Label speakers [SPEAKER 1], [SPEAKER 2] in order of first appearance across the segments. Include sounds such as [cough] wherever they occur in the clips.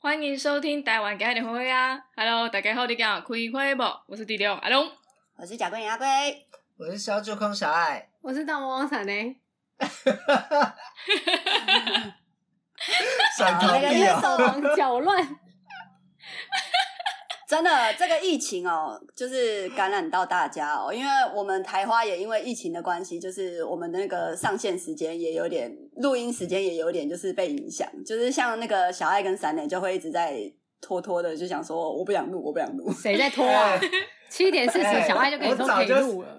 [SPEAKER 1] 欢迎收听台湾家的会啊！Hello，大家好，你讲开会不？我是第六阿龙，
[SPEAKER 2] 我是贾桂林阿龟，
[SPEAKER 3] 我是小酒空小爱，
[SPEAKER 4] 我是大魔王闪雷，
[SPEAKER 3] 闪
[SPEAKER 2] 好
[SPEAKER 3] 逃
[SPEAKER 2] 那个
[SPEAKER 3] 避
[SPEAKER 2] 月
[SPEAKER 3] 哦，
[SPEAKER 2] 手
[SPEAKER 4] 手忙脚乱。
[SPEAKER 2] 真的，这个疫情哦，就是感染到大家哦，因为我们台花也因为疫情的关系，就是我们的那个上线时间也有点，录音时间也有点就是被影响，就是像那个小爱跟闪磊就会一直在拖拖的，就想说我不想录，我不想录。
[SPEAKER 4] [laughs] 谁在拖啊？七点四
[SPEAKER 3] 哎
[SPEAKER 4] 十，小爱就跟你说
[SPEAKER 3] 我早
[SPEAKER 4] 可以
[SPEAKER 3] 就
[SPEAKER 4] 录了。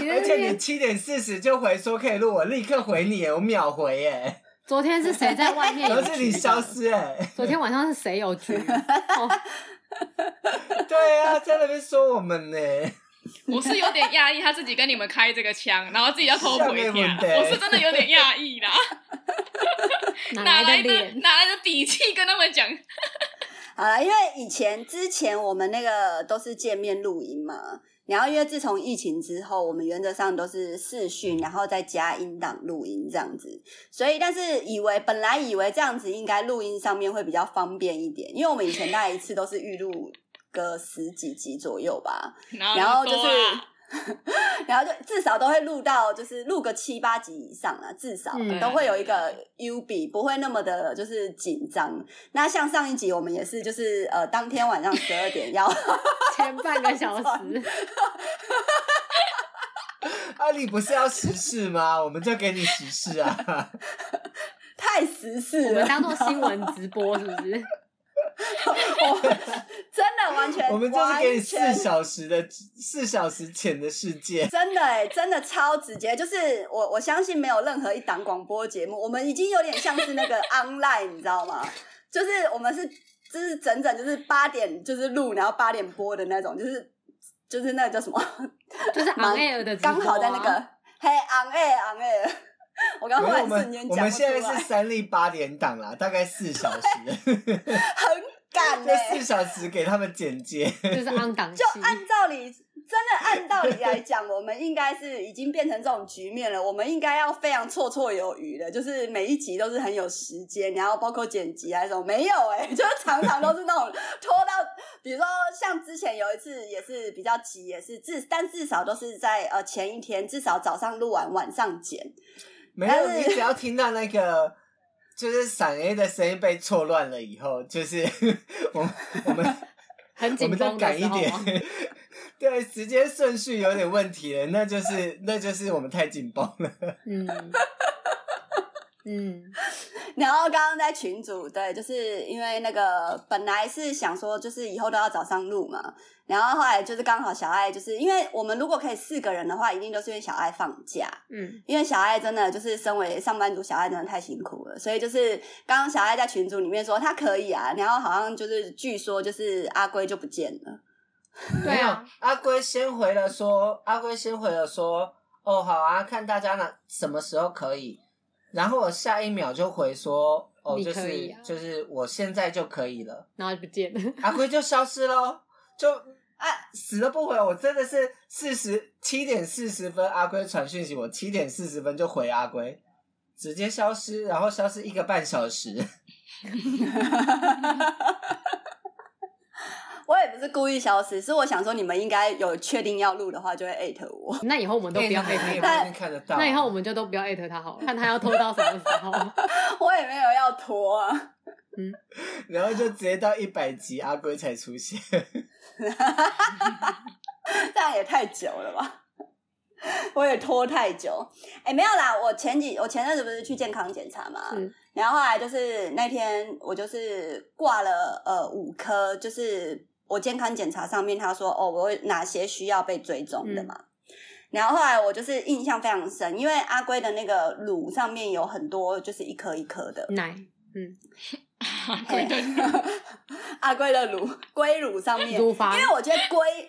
[SPEAKER 4] 你在
[SPEAKER 3] 而
[SPEAKER 4] 那
[SPEAKER 3] 且你
[SPEAKER 4] 边
[SPEAKER 3] 七点四十就回说可以录，我立刻回你耶，我秒回耶，
[SPEAKER 4] 昨天是谁在
[SPEAKER 3] [laughs]
[SPEAKER 4] 外面
[SPEAKER 3] 然后
[SPEAKER 4] 有局的？
[SPEAKER 3] 是哎你消失耶，
[SPEAKER 4] 昨天晚上是谁
[SPEAKER 2] [laughs]
[SPEAKER 4] 有局？
[SPEAKER 3] 对啊，在那边说我们呢，
[SPEAKER 1] 我是有点讶异，他自己跟你们开这个
[SPEAKER 4] [laughs]
[SPEAKER 1] 枪，然后自己要偷回
[SPEAKER 3] 下面
[SPEAKER 1] 家
[SPEAKER 3] 问，题
[SPEAKER 1] 我是真的有点讶异啦，哪来
[SPEAKER 4] 哪来
[SPEAKER 1] 的
[SPEAKER 4] 的脸？
[SPEAKER 1] 哪来的底气跟他们讲？
[SPEAKER 2] 好了，因为以前之前我们那个都是见面录音嘛，然后因为自从疫情之后，我们原则上都是视讯，然后再加音档录音这样子，所以但是以为本来以为这样子应该录音上面会比较方便一点，因为我们以前大概一次都是预录个十几集左右吧，然
[SPEAKER 1] 然
[SPEAKER 2] 后
[SPEAKER 1] 后
[SPEAKER 2] 就是
[SPEAKER 1] 啊，
[SPEAKER 2] 然后就至少都会录到，就是录个七八集以上啊，至少、
[SPEAKER 4] 嗯
[SPEAKER 2] 都会有一个 U 比，不会那么的就是紧张。那像上一集我们也是，就是呃当天晚上十二点要 [laughs]
[SPEAKER 4] 前半个小时，
[SPEAKER 3] 啊，你不是要时事吗？我们就给你时事 [laughs] 啊，
[SPEAKER 2] 太时事
[SPEAKER 4] 我
[SPEAKER 2] 了
[SPEAKER 4] 们，当做新闻直播是不
[SPEAKER 2] [laughs]
[SPEAKER 4] 是？
[SPEAKER 2] 我真的完全
[SPEAKER 3] 我们就是给你四
[SPEAKER 2] 完全
[SPEAKER 3] 小时的四小时前的世界，
[SPEAKER 2] 真的哎、真的超直接，就是我我相信没有任何一档广播节目，我们已经有点像是那个 [laughs] online，你知道吗？就是我们是就是整整就是八点就是录，然后八点播的那种，就是就是那个叫什么，
[SPEAKER 4] 就是 on air 的直播啊
[SPEAKER 2] 刚好在那个嘿 on air on air，我刚
[SPEAKER 3] 没
[SPEAKER 2] 忽
[SPEAKER 3] 有
[SPEAKER 2] 然瞬
[SPEAKER 3] 我们
[SPEAKER 2] 间
[SPEAKER 3] 我
[SPEAKER 2] 讲
[SPEAKER 3] 们
[SPEAKER 2] 不出
[SPEAKER 3] 现在
[SPEAKER 2] 来
[SPEAKER 3] 是，三立八点档啦，大概四小 [laughs] 时，
[SPEAKER 2] 很赶
[SPEAKER 3] 这
[SPEAKER 2] 哎、
[SPEAKER 3] 四小时给他们剪接。
[SPEAKER 4] 就是 on 档
[SPEAKER 2] [laughs]
[SPEAKER 4] 期
[SPEAKER 2] 就。按照理，真的按道理来讲，我们应该是已经变成这种局面了，我们应该要非常绰绰有余了，就是每一集都是很有时间，然后包括剪辑啊什么，没有哎、 [laughs] 就是常常都是那种拖到，比如说像之前有一次也是比较急，也是至但至少都是在呃前一天，至少早上录完晚上剪，
[SPEAKER 3] 没
[SPEAKER 2] 但
[SPEAKER 3] 有，
[SPEAKER 2] 是
[SPEAKER 3] 你只要听到那个就是闪 A 的声音被错乱了以后，就是我们我们
[SPEAKER 4] 很
[SPEAKER 3] 我
[SPEAKER 4] 紧
[SPEAKER 3] 们再
[SPEAKER 4] 绷的
[SPEAKER 3] 赶
[SPEAKER 4] 时
[SPEAKER 3] 一
[SPEAKER 4] 候啊，
[SPEAKER 3] 点，对，时间顺序有点问题了，那就是那就是我们太紧绷了。
[SPEAKER 4] 嗯嗯，
[SPEAKER 2] 然后刚刚在群组，对，就是因为那个本来是想说，就是以后都要早上录嘛，然后后来就是刚好小爱，就是因为我们如果可以四个人的话，一定都是因为小爱放假，
[SPEAKER 4] 嗯，
[SPEAKER 2] 因为小爱真的就是身为上班族，小爱真的太辛苦了，所以就是刚刚小爱在群组里面说她可以啊，然后好像就是据说就是阿龟就不见了，
[SPEAKER 4] 对啊，
[SPEAKER 3] 没有，阿龟先回了说，阿龟先回了说，哦，好啊，看大家哪什么时候可以。然后我下一秒就回说，哦，
[SPEAKER 4] 你
[SPEAKER 3] 就
[SPEAKER 4] 可以
[SPEAKER 3] 是、
[SPEAKER 4] 啊
[SPEAKER 3] 就是我现在就可以了。
[SPEAKER 4] 然后就不见了。
[SPEAKER 3] 阿龟就消失喽，就
[SPEAKER 2] 啊
[SPEAKER 3] 死都不回。我真的是四十七点四十分，阿龟传讯息，我七点四十分就回阿龟，直接消失，然后消失一个半小时。
[SPEAKER 2] 我也不是故意消失，是我想说你们应该有确定要录的话，就会艾特我。
[SPEAKER 4] 那以后我们都不要
[SPEAKER 3] 给
[SPEAKER 4] 艾
[SPEAKER 3] 你
[SPEAKER 4] 特
[SPEAKER 3] 也
[SPEAKER 4] 他，
[SPEAKER 3] 不一定看得到。
[SPEAKER 4] 那以后我们就都不要艾特他好了，看他要拖到什么时候。
[SPEAKER 2] [laughs] 我也没有要拖啊，
[SPEAKER 3] 然后就直接到一百集，阿龟才出现。
[SPEAKER 2] [laughs] 这样也太久了吧？ [laughs] 我也拖太久。哎、没有啦，我前几我前阵子不是去健康检查嘛，
[SPEAKER 4] 是
[SPEAKER 2] 然后后来就是那天我就是挂了呃五科，就是我健康检查上面他说哦，我有哪些需要被追踪的嘛。然后后来我就是印象非常深，因为阿龟的那个乳上面有很多就是一颗一颗的，
[SPEAKER 4] 奶，
[SPEAKER 1] 鬼 [laughs] 对，
[SPEAKER 2] 阿龟的乳龟乳上面，
[SPEAKER 4] 乳房
[SPEAKER 2] 因为我觉得龟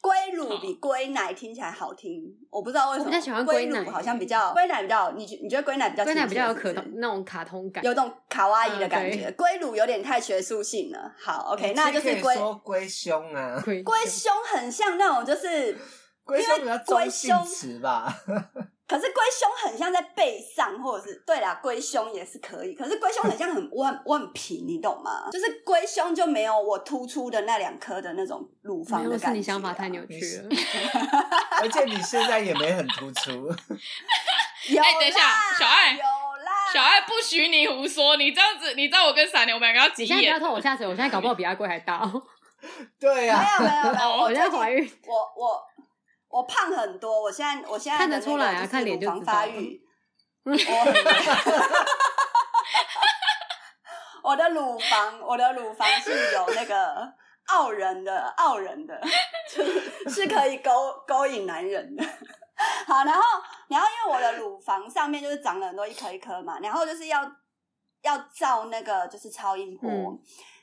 [SPEAKER 2] 龟乳比龟奶听起来好听，我不知道为什么。
[SPEAKER 4] 我比较喜欢
[SPEAKER 2] 龟
[SPEAKER 4] 龟奶
[SPEAKER 2] 乳好像比较龟奶比较，你觉你觉得龟奶比较
[SPEAKER 4] 龟奶
[SPEAKER 2] 亲
[SPEAKER 4] 比
[SPEAKER 2] 切
[SPEAKER 4] 较有
[SPEAKER 2] 是
[SPEAKER 4] 可
[SPEAKER 2] 不是
[SPEAKER 4] 那种卡通感。
[SPEAKER 2] 有种卡哇伊的感
[SPEAKER 4] 嗯
[SPEAKER 2] 觉，龟乳有点太学术性了。好，OK，那就
[SPEAKER 3] 可
[SPEAKER 2] 是
[SPEAKER 3] 以
[SPEAKER 2] 龟
[SPEAKER 3] 说龟胸啊，
[SPEAKER 4] 龟
[SPEAKER 2] 龟胸很像那种就是
[SPEAKER 3] 龟胸比较中性词吧。
[SPEAKER 2] 可是龟胸很像在背上，或者是对啦，龟胸也是可以。可是龟胸很像
[SPEAKER 4] [laughs]
[SPEAKER 2] 很我很我很平，你懂吗？就是龟胸就没有我突出的那两颗的那种乳
[SPEAKER 4] 没
[SPEAKER 2] 房的
[SPEAKER 4] 有
[SPEAKER 2] 感觉、啊
[SPEAKER 4] 是你想法太扭曲了。
[SPEAKER 3] 而且你现在也没很突出， [laughs]
[SPEAKER 2] 有啦、
[SPEAKER 1] 哎等一下小爱
[SPEAKER 2] 有啦，
[SPEAKER 1] 小爱不许你胡说，你这样子，你知道我跟闪牛我们两个要
[SPEAKER 4] 你
[SPEAKER 1] 急
[SPEAKER 4] 现在不要
[SPEAKER 1] 眼。
[SPEAKER 4] 拖我下水，我现在搞不好比阿贵还大哦。
[SPEAKER 3] 对
[SPEAKER 2] [laughs]
[SPEAKER 3] 啊呀、
[SPEAKER 2] 没有没有没有，
[SPEAKER 1] 哦
[SPEAKER 2] 我
[SPEAKER 4] [laughs] 我现在
[SPEAKER 2] 最近
[SPEAKER 4] 怀孕，
[SPEAKER 2] 我我我胖很多，我现在我现在
[SPEAKER 4] 看得
[SPEAKER 2] 的那
[SPEAKER 4] 出
[SPEAKER 2] 个
[SPEAKER 4] 来啊
[SPEAKER 2] 就是
[SPEAKER 4] 看脸
[SPEAKER 2] 乳
[SPEAKER 4] 就
[SPEAKER 2] 房
[SPEAKER 4] 知道
[SPEAKER 2] 发
[SPEAKER 4] 了
[SPEAKER 2] 育，我 [laughs] 很我的乳房我的乳房是有那个傲人的傲人的，就是是可以勾勾引男人的。好，然后然后因为我的乳房上面就是长了很多一颗一颗嘛，然后就是要要照那个就是超音波。
[SPEAKER 4] 嗯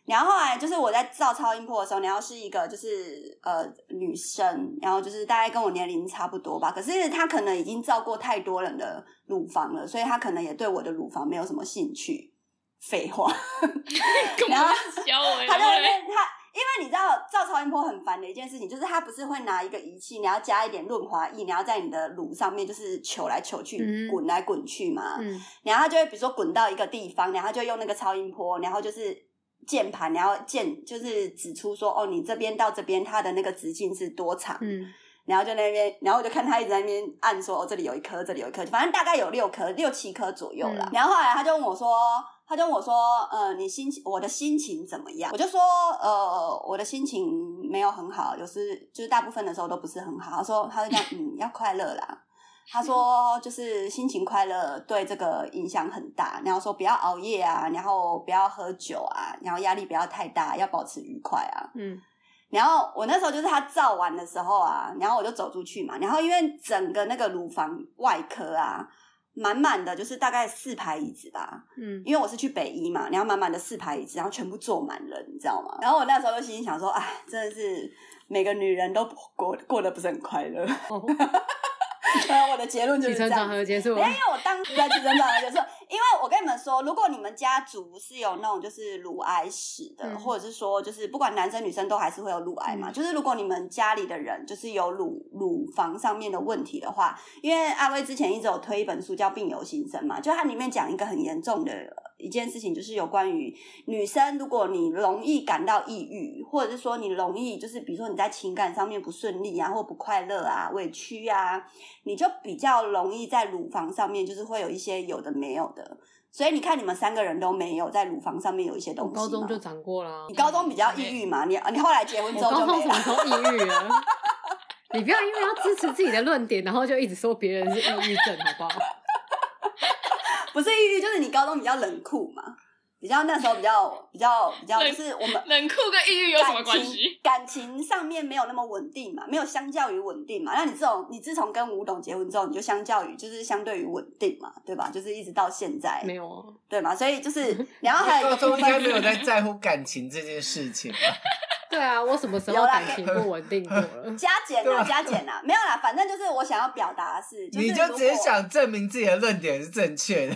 [SPEAKER 2] 然后后来就是我在照超音波的时候，然后是一个就是呃女生，然后就是大概跟我年龄差不多吧，可是她可能已经照过太多人的乳房了，所以她可能也对我的乳房没有什么兴趣。废话，
[SPEAKER 1] 干
[SPEAKER 2] 然
[SPEAKER 1] 嘛
[SPEAKER 2] 后
[SPEAKER 1] 教我？
[SPEAKER 2] 他就会
[SPEAKER 1] 嘞
[SPEAKER 2] 变他，因为你知道照超音波很烦的一件事情，就是他不是会拿一个仪器，你要加一点润滑液，你要在你的乳上面就是球来球去，
[SPEAKER 4] 嗯
[SPEAKER 2] 滚来滚去嘛。
[SPEAKER 4] 嗯，
[SPEAKER 2] 然后他就会比如说滚到一个地方，然后他就用那个超音波，然后就是键盘，然后键就是指出说，哦，你这边到这边它的那个直径是多长，
[SPEAKER 4] 嗯，
[SPEAKER 2] 然后就那边，然后我就看他一直在那边按说，哦，这里有一颗，这里有一颗，反正大概有六颗、六七颗左右啦。
[SPEAKER 4] 嗯
[SPEAKER 2] 然后后来他就问我说，他就问我说，呃，你心情，我的心情怎么样？我就说，呃，我的心情没有很好，有时就是大部分的时候都不是很好。他说，他就讲，嗯，要快乐啦。他说，就是心情快乐对这个影响很大，然后说不要熬夜啊，然后不要喝酒啊，然后压力不要太大，要保持愉快啊。
[SPEAKER 4] 嗯，
[SPEAKER 2] 然后我那时候就是他照完的时候啊，然后我就走出去嘛，然后因为整个那个乳房外科啊，满满的就是大概四排椅子吧，
[SPEAKER 4] 嗯，
[SPEAKER 2] 因为我是去北医嘛，然后满满的四排椅子，然后全部坐满人，你知道吗？然后我那时候就心里想说，哎，真的是每个女人都过过得不是很快乐， [laughs]
[SPEAKER 4] 哦，
[SPEAKER 2] 然后我的结论就是
[SPEAKER 4] 起
[SPEAKER 2] 这
[SPEAKER 4] 承
[SPEAKER 2] 样
[SPEAKER 4] 转
[SPEAKER 2] 子。哎
[SPEAKER 4] 合结束
[SPEAKER 2] 没
[SPEAKER 4] 了
[SPEAKER 2] 有，。因为我当时在去生长就是因为我跟你们说，如果你们家族是有那种就是乳癌史的，
[SPEAKER 4] 嗯
[SPEAKER 2] 或者是说就是不管男生女生都还是会有乳癌嘛，
[SPEAKER 4] 嗯
[SPEAKER 2] 就是如果你们家里的人就是有乳乳房上面的问题的话，因为阿威之前一直有推一本书叫《病由心生》嘛，就它里面讲一个很严重的呃一件事情，就是有关于女生，如果你容易感到抑郁，或者是说你容易就是比如说你在情感上面不顺利啊，或不快乐啊、委屈啊，你就比较容易在乳房上面就是会有一些有的没有的。所以你看，你们三个人都没有在乳房上面有一些东
[SPEAKER 4] 我
[SPEAKER 2] 西嘛。
[SPEAKER 4] 高中就长过啦
[SPEAKER 2] 你，高中比较抑郁嘛？你你后来结婚
[SPEAKER 4] 我
[SPEAKER 2] 之后
[SPEAKER 4] 高
[SPEAKER 2] 就
[SPEAKER 4] 中
[SPEAKER 2] 没
[SPEAKER 4] 什
[SPEAKER 2] 了
[SPEAKER 4] 么。时候抑郁
[SPEAKER 2] [laughs]
[SPEAKER 4] 了？你不要因为要支持自己的论点，然后就一直说别人是抑郁症，好不好？
[SPEAKER 2] 不是抑郁，就是你高中比较冷酷嘛，比较那时候比较比较比较，
[SPEAKER 1] 冷
[SPEAKER 2] 就是我们
[SPEAKER 1] 冷酷跟抑郁有什么关系？
[SPEAKER 2] 感情？感情上面没有那么稳定嘛，没有相较于稳定嘛。那你这种，你自从跟吴董结婚之后，你就相较于就是相对于稳定嘛，对吧？就是一直到现在，
[SPEAKER 4] 没有啊，
[SPEAKER 2] 对嘛？所以就是，
[SPEAKER 4] [laughs]
[SPEAKER 2] 然后还有一
[SPEAKER 3] 高
[SPEAKER 2] 个
[SPEAKER 3] 中
[SPEAKER 2] 部
[SPEAKER 3] 应该
[SPEAKER 2] 分
[SPEAKER 3] 没有
[SPEAKER 2] 是，
[SPEAKER 3] 在在乎感情这件事情吧？
[SPEAKER 4] 对啊，我什么时
[SPEAKER 2] 有
[SPEAKER 4] 候
[SPEAKER 2] 啦
[SPEAKER 4] 感情不稳定过了？
[SPEAKER 2] 加减
[SPEAKER 3] 对
[SPEAKER 2] 啊，
[SPEAKER 3] 啊
[SPEAKER 2] 加减啊，没有啦，反正就是我想要表达的是，就是
[SPEAKER 3] 你就
[SPEAKER 2] 如
[SPEAKER 3] 只是
[SPEAKER 2] 果
[SPEAKER 3] 想证明自己的论点是正确
[SPEAKER 2] [laughs]
[SPEAKER 3] 的，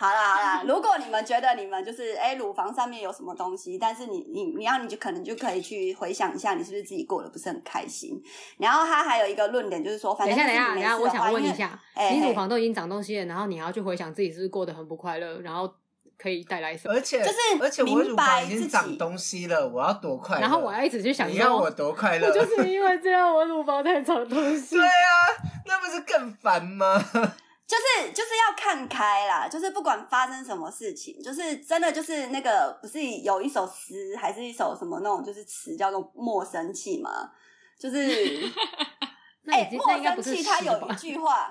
[SPEAKER 2] 好啦好啦，如果你们觉得你们就是哎、乳房上面有什么东西，但是你你你要你就可能就可以去回想一下，你是不是自己过得不是很开心。然后他还有一个论点就是说，反
[SPEAKER 4] 等一
[SPEAKER 2] 正
[SPEAKER 4] 下，
[SPEAKER 2] 就
[SPEAKER 4] 等
[SPEAKER 2] 是
[SPEAKER 4] 一
[SPEAKER 2] 你
[SPEAKER 4] 下，等
[SPEAKER 2] 没事
[SPEAKER 4] 一
[SPEAKER 2] 的
[SPEAKER 4] 下，
[SPEAKER 2] 话
[SPEAKER 4] 我想问一，
[SPEAKER 2] 因为
[SPEAKER 4] 下，
[SPEAKER 2] 哎
[SPEAKER 4] 你
[SPEAKER 2] 嘿
[SPEAKER 4] 乳房都已经长东西了，然后你还要去回想自己是不是过得很不快乐，然后可以带来什么？
[SPEAKER 3] 而且
[SPEAKER 2] 就是
[SPEAKER 3] 而且我
[SPEAKER 2] 明
[SPEAKER 3] 乳
[SPEAKER 2] 白
[SPEAKER 3] 房已
[SPEAKER 2] 自
[SPEAKER 3] 经
[SPEAKER 2] 己
[SPEAKER 3] 长东西了，我要多快乐？
[SPEAKER 4] 然后我要一直去想
[SPEAKER 3] 你要
[SPEAKER 4] 说，
[SPEAKER 3] 我多快乐？
[SPEAKER 4] 我就是因为这样，我乳房太长东
[SPEAKER 2] [laughs]
[SPEAKER 3] [laughs]
[SPEAKER 4] 西
[SPEAKER 3] 对。啊，那不是更烦吗？
[SPEAKER 2] 就是就是要看开啦，就是不管发生什么事情，就是真的就是那个不是有一首诗，还是一首什么那种就是词叫做《莫生气》吗？就是
[SPEAKER 4] 那
[SPEAKER 2] 哎，
[SPEAKER 4] 已经
[SPEAKER 2] 莫
[SPEAKER 4] [laughs] 那应该不
[SPEAKER 2] 生
[SPEAKER 4] 是
[SPEAKER 2] 气
[SPEAKER 4] 诗
[SPEAKER 2] 他有一
[SPEAKER 4] 吧？
[SPEAKER 2] 句话，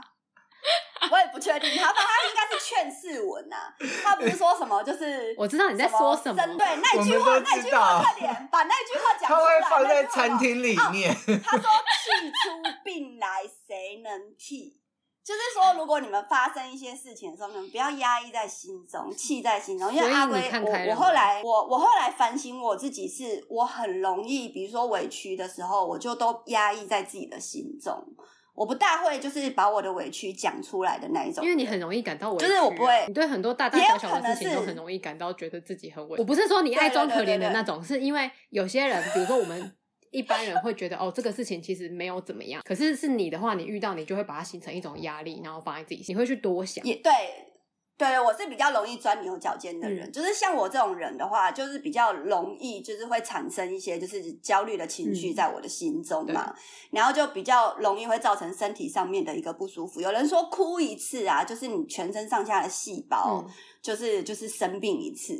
[SPEAKER 2] 我也不确定，他反正他应该是劝世文呐、啊，他不是说什么就是
[SPEAKER 4] [laughs] 我知道你在说
[SPEAKER 2] 什
[SPEAKER 4] 什
[SPEAKER 2] 么
[SPEAKER 4] 么
[SPEAKER 2] 针对那
[SPEAKER 3] 我
[SPEAKER 2] 句
[SPEAKER 3] 们
[SPEAKER 2] 话，
[SPEAKER 3] 都
[SPEAKER 2] 那
[SPEAKER 3] 知
[SPEAKER 2] 句话
[SPEAKER 3] 道
[SPEAKER 2] 快点把那句话讲出来。
[SPEAKER 3] 它会放
[SPEAKER 2] 那啊
[SPEAKER 3] 在
[SPEAKER 2] 句话
[SPEAKER 3] 餐厅里面。
[SPEAKER 2] 他说：“气出病来，谁能替？”就是说，如果你们发生一些事情的时候，你们不要压抑在心中，气在心中。因为
[SPEAKER 4] 所以
[SPEAKER 2] 阿
[SPEAKER 4] 你
[SPEAKER 2] 龟，
[SPEAKER 4] 看
[SPEAKER 2] 我
[SPEAKER 4] 开了
[SPEAKER 2] 我
[SPEAKER 4] 吗
[SPEAKER 2] 后来我我后来反省我自己是，我很容易，比如说委屈的时候，我就都压抑在自己的心中，我不大会就是把我的委屈讲出来的那一种
[SPEAKER 4] 因。为你很容易感到委屈啊，
[SPEAKER 2] 就是我不会
[SPEAKER 4] 你对很多大大
[SPEAKER 2] 也有
[SPEAKER 4] 小小的
[SPEAKER 2] 可
[SPEAKER 4] 事情
[SPEAKER 2] 能
[SPEAKER 4] 都
[SPEAKER 2] 是
[SPEAKER 4] 很容易感到觉得自己很委屈。我不是说你爱装可怜的那种，是因为有些人，比如说我们一般人会觉得哦，这个事情其实没有怎么样。可是是你的话，你遇到你就会把它形成一种压力，然后放在自己，你会去多想。
[SPEAKER 2] 也对，对我是比较容易钻牛角尖的人，
[SPEAKER 4] 嗯
[SPEAKER 2] 就是像我这种人的话，就是比较容易就是会产生一些就是焦虑的情绪
[SPEAKER 4] 嗯
[SPEAKER 2] 在我的心中嘛，然后就比较容易会造成身体上面的一个不舒服。有人说哭一次啊，就是你全身上下的细胞、
[SPEAKER 4] 嗯，
[SPEAKER 2] 就是就是生病一次。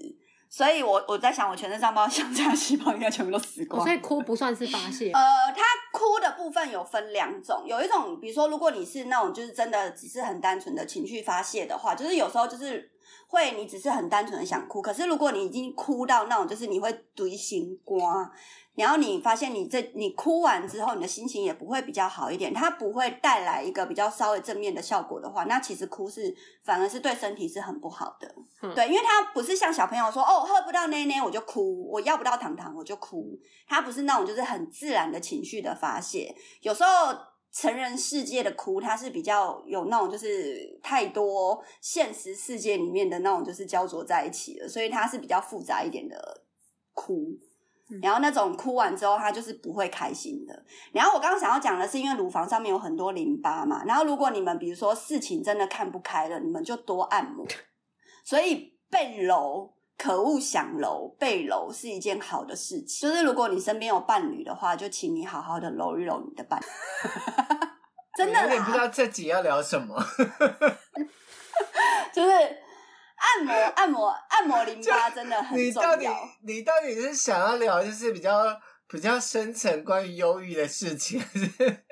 [SPEAKER 2] 所以我我在想，我全身上包上下细胞应该全部都死光
[SPEAKER 4] 哦
[SPEAKER 2] 了、
[SPEAKER 4] 所以哭不算是发泄，
[SPEAKER 2] 呃，他哭的部分有分两种，有一种，比如说，如果你是那种就是真的只是很单纯的情绪发泄的话，就是有时候就是会你只是很单纯的想哭，可是如果你已经哭到那种就是你会堆心瓜，然后你发现你这你哭完之后，你的心情也不会比较好一点，它不会带来一个比较稍微正面的效果的话，那其实哭是反而是对身体是很不好的。
[SPEAKER 4] 嗯
[SPEAKER 2] 对，因为它不是像小朋友说哦，喝不到奶奶我就哭，我要不到糖糖我就哭，它不是那种就是很自然的情绪的发泄。有时候成人世界的哭，它是比较有那种就是太多现实世界里面的那种就是焦灼在一起了，所以它是比较复杂一点的哭。
[SPEAKER 3] 嗯
[SPEAKER 2] 然后那种哭完之后，他就是不会开心的。然后我刚刚想要讲的是，因为乳房上面有很多淋巴嘛，然后如果你们比如说事情真的看不开了，你们就多按摩。所以被揉，可恶想揉，被揉是一件好的事情。就是如果你身边有伴侣的话，就请你好好的揉一揉你的伴侣。 [laughs] 真
[SPEAKER 3] [laughs] 我
[SPEAKER 2] 的
[SPEAKER 3] 有点不知
[SPEAKER 2] 啦，
[SPEAKER 3] 道这集要聊什么，
[SPEAKER 2] 就是按摩、按摩、按摩淋巴真的很
[SPEAKER 3] 你
[SPEAKER 2] 重
[SPEAKER 3] 到底
[SPEAKER 2] 要。
[SPEAKER 3] 你到底是想要聊就是比较比较深层关于忧郁的事情， [laughs] 还是
[SPEAKER 2] [laughs]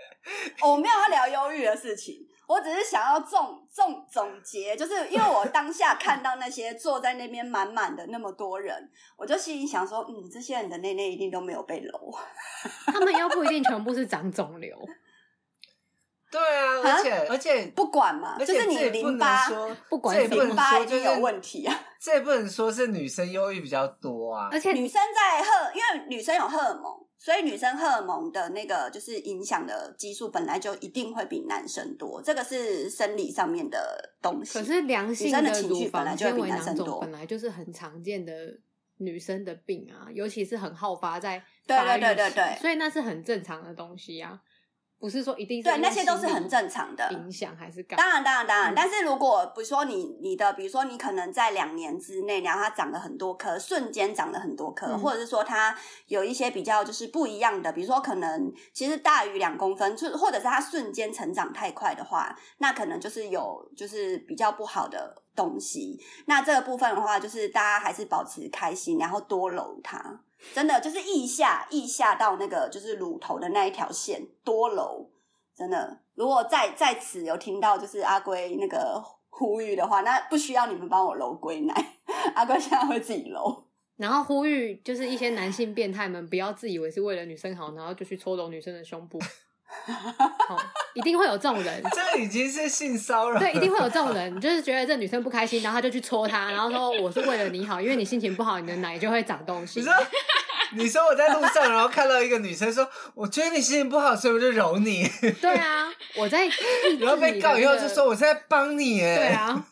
[SPEAKER 2] 哦我没有要聊忧郁的事情，我只是想要总总总结，就是因为我当下看到那些坐在那边满满的那么多人，我就心里想说，嗯，这些人的内内一定都没有被揉。
[SPEAKER 4] 他们又不一定全部是长肿瘤，
[SPEAKER 2] [laughs]
[SPEAKER 3] 对啊，而且而且
[SPEAKER 2] 不管嘛，
[SPEAKER 3] 而
[SPEAKER 2] 啊就
[SPEAKER 3] 且
[SPEAKER 2] 是
[SPEAKER 3] 这
[SPEAKER 2] 你
[SPEAKER 3] 也不
[SPEAKER 2] 淋
[SPEAKER 3] 能
[SPEAKER 2] 巴
[SPEAKER 3] 说，
[SPEAKER 4] 不管
[SPEAKER 3] 这也
[SPEAKER 4] 什
[SPEAKER 3] 不
[SPEAKER 4] 么
[SPEAKER 2] 淋
[SPEAKER 3] 能
[SPEAKER 2] 巴
[SPEAKER 3] 说
[SPEAKER 2] 一
[SPEAKER 3] 就
[SPEAKER 2] 定
[SPEAKER 3] 是
[SPEAKER 2] 有问题啊。
[SPEAKER 3] [laughs] 这也不能说是女生忧郁比较多啊，
[SPEAKER 4] 而且
[SPEAKER 2] 女生在荷，因为女生有荷尔蒙，所以女生荷尔蒙的那个就是影响的激素本来就一定会比男生多，这个是生理上面的东西。
[SPEAKER 4] 可是良性
[SPEAKER 2] 女生的情绪
[SPEAKER 4] 乳
[SPEAKER 2] 本来
[SPEAKER 4] 房
[SPEAKER 2] 就会
[SPEAKER 4] 纤
[SPEAKER 2] 比
[SPEAKER 4] 维
[SPEAKER 2] 男生
[SPEAKER 4] 囊
[SPEAKER 2] 多
[SPEAKER 4] 肿本来就是很常见的女生的病啊，尤其是很好发在
[SPEAKER 2] 对对
[SPEAKER 4] 发育
[SPEAKER 2] 对对
[SPEAKER 4] 期
[SPEAKER 2] 对
[SPEAKER 4] 所以那是很正常的东西啊，不是说一定是
[SPEAKER 2] 对，
[SPEAKER 4] 因
[SPEAKER 2] 那
[SPEAKER 4] 为
[SPEAKER 2] 些都是很正常的
[SPEAKER 4] 心理影响还是干嘛？
[SPEAKER 2] 当然，当然，当然。
[SPEAKER 4] 嗯
[SPEAKER 2] 但是如果比如说你你的，比如说你可能在两年之内，然后它长了很多颗，瞬间长了很多颗，
[SPEAKER 4] 嗯
[SPEAKER 2] 或者是说它有一些比较就是不一样的，比如说可能其实大于两公分，就或者是它瞬间成长太快的话，那可能就是有就是比较不好的东西。那这个部分的话，就是大家还是保持开心，然后多揉它。真的就是腋下，腋下到那个就是乳头的那一条线，多揉，真的。如果在在此有听到就是阿龟那个呼吁的话，那不需要你们帮我揉龟奶，阿龟现在会自己揉。
[SPEAKER 4] 然后呼吁就是一些男性变态们不要自以为是为了女生好，然后就去搓揉女生的
[SPEAKER 2] [laughs]
[SPEAKER 4] 胸部，好，一定会有这种人。
[SPEAKER 3] 这已经是性骚扰，
[SPEAKER 4] 对，一定会有这种人，就是觉得这女生不开心，然后他就去戳她，然后说我是为了你好，因为你心情不好，你的奶就会长东西。
[SPEAKER 2] [laughs]
[SPEAKER 3] 你说，你说我在路上，然后看到一个女生说，我觉得你心情不好，所以我就揉你，
[SPEAKER 4] 对啊，我在抑制
[SPEAKER 3] 然后被
[SPEAKER 4] 你的
[SPEAKER 3] 告以后
[SPEAKER 4] 那
[SPEAKER 3] 就
[SPEAKER 4] 个
[SPEAKER 3] 说我是在帮你耶，
[SPEAKER 4] 对，啊，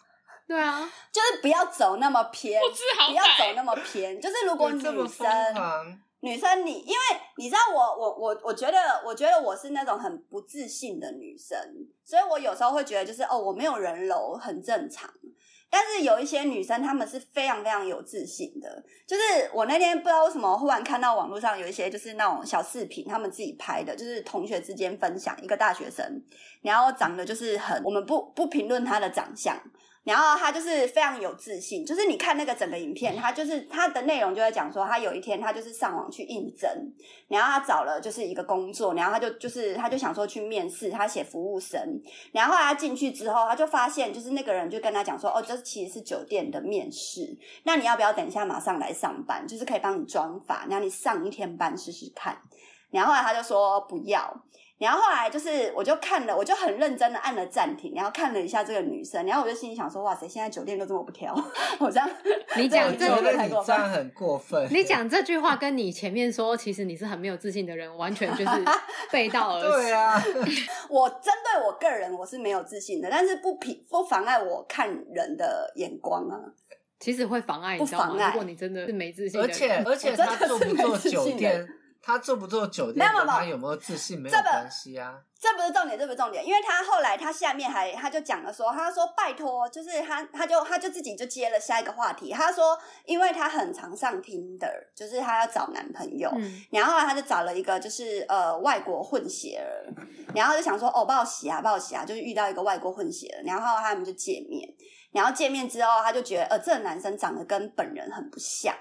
[SPEAKER 4] 对啊，
[SPEAKER 2] 就是不要走那么偏，
[SPEAKER 1] 不知好
[SPEAKER 2] 不要走
[SPEAKER 1] 歹，
[SPEAKER 2] 那么偏。就是如
[SPEAKER 3] 如
[SPEAKER 2] 果女
[SPEAKER 3] 这么疯
[SPEAKER 2] 生
[SPEAKER 3] 狂，
[SPEAKER 2] 女生你，因为你知道我我我我觉得我觉得我是那种很不自信的女生，所以我有时候会觉得就是哦我没有人柔很正常。但是有一些女生，她们是非常非常有自信的。就是我那天不知道为什么忽然看到网络上有一些就是那种小视频，他们自己拍的，就是同学之间分享一个大学生，然后长得就是很，我们不不评论他的长相，然后他就是非常有自信，就是你看那个整个影片，他就是他的内容就在讲说，他有一天他就是上网去应征，然后他找了就是一个工作，然后他就就是他就想说去面试，他写服务生，然后后来他进去之后，他就发现就是那个人就跟他讲说，哦，这其实是酒店的面试，那你要不要等一下马上来上班？就是可以帮你装法，然后你上一天班试试看。然后后来他就说不要，然后后来就是，我就看了，我就很认真的按了暂停，然后看了一下这个女生，然后我就心里想说，哇塞，现在酒店都这么不挑， [laughs] 我这样
[SPEAKER 4] 你
[SPEAKER 3] 我
[SPEAKER 4] 讲
[SPEAKER 2] 我
[SPEAKER 4] 这
[SPEAKER 3] 觉
[SPEAKER 2] 就
[SPEAKER 4] 个。
[SPEAKER 3] 得你这样很过分，
[SPEAKER 4] 你讲这句话跟你前面说，其实你是很没有自信的人，完全就是背道而 [laughs] 驰。
[SPEAKER 3] 对啊，
[SPEAKER 2] 我针对我个人我是没有自信的，但是不匹不妨碍我看人的眼光啊。
[SPEAKER 4] 其实会妨碍，
[SPEAKER 2] 不
[SPEAKER 4] 你知道
[SPEAKER 2] 妨
[SPEAKER 4] 吗？
[SPEAKER 2] 碍
[SPEAKER 4] 如果你真的是没自信的
[SPEAKER 3] 而
[SPEAKER 4] 人，嗯
[SPEAKER 3] 且而且
[SPEAKER 2] 我真的
[SPEAKER 3] 他
[SPEAKER 2] 是
[SPEAKER 3] 做不
[SPEAKER 2] 没
[SPEAKER 3] 做
[SPEAKER 2] 自信
[SPEAKER 3] 酒
[SPEAKER 2] 的
[SPEAKER 3] 店，他做不做酒
[SPEAKER 2] 没
[SPEAKER 3] 店
[SPEAKER 2] 有没有
[SPEAKER 3] 跟他有没有自信没有
[SPEAKER 2] 这个
[SPEAKER 3] 关系啊。
[SPEAKER 2] 这不是重点，这不是重点，因为他后来他下面还他就讲了说，他说拜托，就是他他就他就自己就接了下一个话题，他说因为他很常上 Tinder，就是他要找男朋友，
[SPEAKER 4] 嗯，
[SPEAKER 2] 然后后来他就找了一个就是呃外国混血儿，然后就想说哦报喜啊报喜啊，就是遇到一个外国混血儿，然后他们就见面，然后见面之后他就觉得呃这个男生长得跟本人很不像，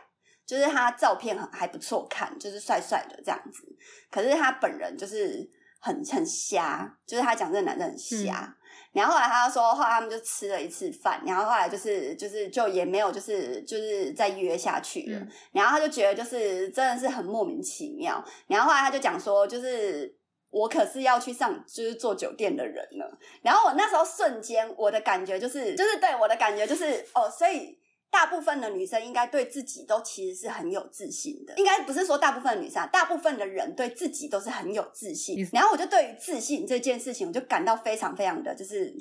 [SPEAKER 2] 就是他照片很还不错看，就是帅帅的这样子，可是他本人就是很很瞎，就是他讲这个男生很瞎。然后后来他就说，后来他们就吃了一次饭，然后后来就是就是就也没有就是就是再约下去了，
[SPEAKER 4] 嗯
[SPEAKER 2] 然后他就觉得就是真的是很莫名其妙，然后后来他就讲说就是。我可是要去上，就是做酒店的人了。然后我那时候瞬间，我的感觉就是，就是对我的感觉就是，哦，所以大部分的女生应该对自己都其实是很有自信的，应该不是说大部分的女生、啊，大部分的人对自己都是很有自信
[SPEAKER 4] 嗯。
[SPEAKER 2] 然后我就对于自信这件事情，我就感到非常非常的就是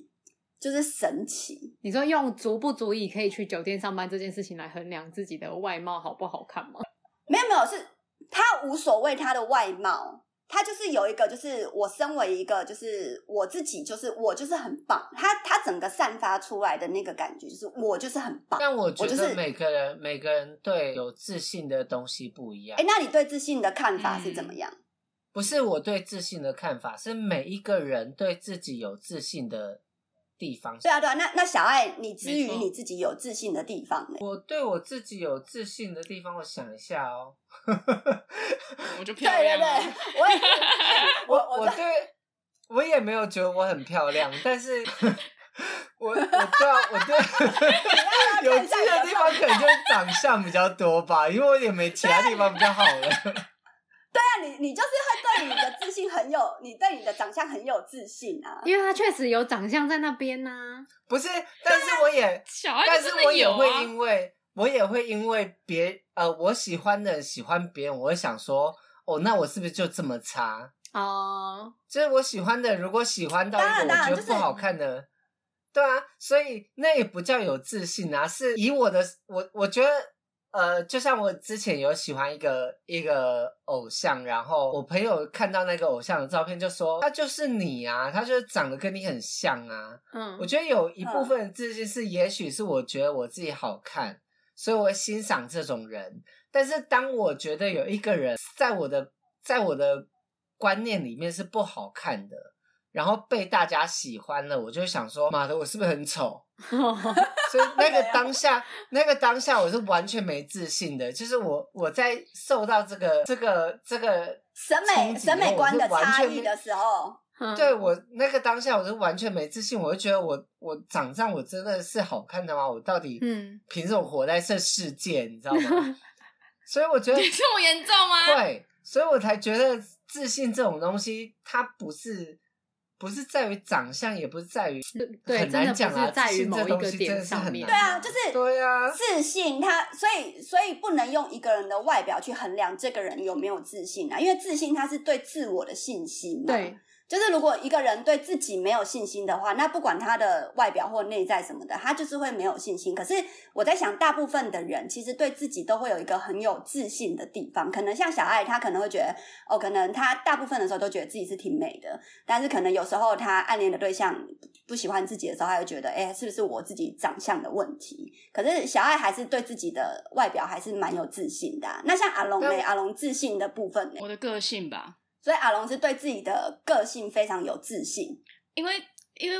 [SPEAKER 2] 就是神奇。
[SPEAKER 4] 你说用足不足以可以去酒店上班这件事情来衡量自己的外貌好不好看吗？
[SPEAKER 2] 没有没有，是她无所谓她的外貌，她就是有一个，就是我身为一个，就是我自己，就是我就是很棒。她她整个散发出来的那个感觉，就是我就是很棒。
[SPEAKER 3] 但我觉
[SPEAKER 2] 我就是
[SPEAKER 3] 得每个人每个人对有自信的东西不一样
[SPEAKER 2] 哎，。那你对自信的看法是怎么样？
[SPEAKER 3] 不是我对自信的看法，是每一个人对自己有自信的地方。
[SPEAKER 2] 对啊，对啊，那那小爱，你至于
[SPEAKER 1] 没错
[SPEAKER 2] 你自己有自信的地方呢？
[SPEAKER 3] 我对我自己有自信的地方，我想一下哦。
[SPEAKER 1] 我就
[SPEAKER 2] 对
[SPEAKER 1] 漂
[SPEAKER 2] 对
[SPEAKER 1] 亮啊。
[SPEAKER 2] 对，我也是我
[SPEAKER 3] [laughs] 我
[SPEAKER 2] 我
[SPEAKER 3] 我对我也没有觉得我很漂亮，
[SPEAKER 2] [laughs]
[SPEAKER 3] 但是我我对啊我对有自信的地方可能就是长相比较多吧，因为我也没其他地方比较好了。
[SPEAKER 2] 那啊你你就是会对你的自信很有，你对你的长相很有自信啊。
[SPEAKER 4] [laughs] 因为他确实有长相在那边啊呐、
[SPEAKER 3] 不是，但是我也
[SPEAKER 1] 小爱
[SPEAKER 3] 但
[SPEAKER 1] 真
[SPEAKER 3] 是
[SPEAKER 1] 的
[SPEAKER 3] 我也
[SPEAKER 1] 有
[SPEAKER 3] 会
[SPEAKER 1] 啊，
[SPEAKER 3] 因为，我也会因为别呃，我喜欢的人喜欢别人，我会想说，哦，那我是不是就这么差？
[SPEAKER 4] 哦，
[SPEAKER 3] 就是我喜欢的，如果喜欢到
[SPEAKER 2] 当然
[SPEAKER 3] 一个我
[SPEAKER 2] 当然
[SPEAKER 3] 觉得
[SPEAKER 2] 就是
[SPEAKER 3] 不好看的，对啊，所以那也不叫有自信啊，是以我的我我觉得。呃，就像我之前有喜欢一个一个偶像，然后我朋友看到那个偶像的照片，就说他就是你啊，他就是长得跟你很像啊，
[SPEAKER 4] 嗯
[SPEAKER 3] 我，觉得有一部分自信是，也许是我觉得我自己好看，所以我会欣赏这种人。但是当我觉得有一个人在我的在我的观念里面是不好看的，然后被大家喜欢了，我就会想说，妈的，我是不是很丑？
[SPEAKER 4] 嗯 [laughs]
[SPEAKER 3] 所以那
[SPEAKER 4] 啊
[SPEAKER 3] 个当下，那个当下我是完全没自信的，就是我我在受到这个这个这个
[SPEAKER 2] 审美
[SPEAKER 3] 冲击
[SPEAKER 2] 审美
[SPEAKER 3] 后
[SPEAKER 2] 观
[SPEAKER 3] 我
[SPEAKER 2] 的
[SPEAKER 3] 是完
[SPEAKER 2] 差
[SPEAKER 3] 全
[SPEAKER 2] 异
[SPEAKER 3] 没
[SPEAKER 2] 的时候，
[SPEAKER 4] 嗯
[SPEAKER 3] 对我那个当下，我是完全没自信，我就觉得我我长相我真的是好看的吗？我到底
[SPEAKER 4] 嗯
[SPEAKER 3] 凭什么活在这世界？你知道
[SPEAKER 4] [laughs]
[SPEAKER 3] 吗？所以我
[SPEAKER 2] [laughs]
[SPEAKER 3] 觉得
[SPEAKER 1] 这么严重吗？
[SPEAKER 4] 啊
[SPEAKER 3] 对，所以我才觉得自信这种东西，它不是不是在于长相，也不是在于
[SPEAKER 4] 对
[SPEAKER 3] 很
[SPEAKER 4] 真的
[SPEAKER 3] 难
[SPEAKER 4] 不
[SPEAKER 3] 讲啊
[SPEAKER 4] 是在
[SPEAKER 3] 自
[SPEAKER 4] 于
[SPEAKER 3] 信这
[SPEAKER 4] 某一
[SPEAKER 3] 东
[SPEAKER 4] 个
[SPEAKER 3] 西
[SPEAKER 4] 点
[SPEAKER 3] 真的是
[SPEAKER 4] 上
[SPEAKER 3] 很
[SPEAKER 4] 面
[SPEAKER 3] 难
[SPEAKER 2] 对啊
[SPEAKER 3] 拿
[SPEAKER 2] 就是
[SPEAKER 3] 对啊，
[SPEAKER 2] 自信他，所以所以不能用一个人的外表去衡量这个人有没有自信啊，因为自信它是对自我的信心嘛。
[SPEAKER 4] 对，
[SPEAKER 2] 就是如果一个人对自己没有信心的话，那不管他的外表或内在什么的，他就是会没有信心。可是我在想，大部分的人其实对自己都会有一个很有自信的地方。可能像小爱，她可能会觉得，哦，可能她大部分的时候都觉得自己是挺美的，但是可能有时候她暗恋的对象不喜欢自己的时候，她会觉得，哎、是不是我自己长相的问题？可是小爱还是对自己的外表还是蛮有自信的啊、那像阿龙呢
[SPEAKER 3] 但？
[SPEAKER 2] 阿龙自信的部分呢？
[SPEAKER 1] 我的个性吧，
[SPEAKER 2] 所以阿龙是对自己的个性非常有自信。
[SPEAKER 1] 因为因为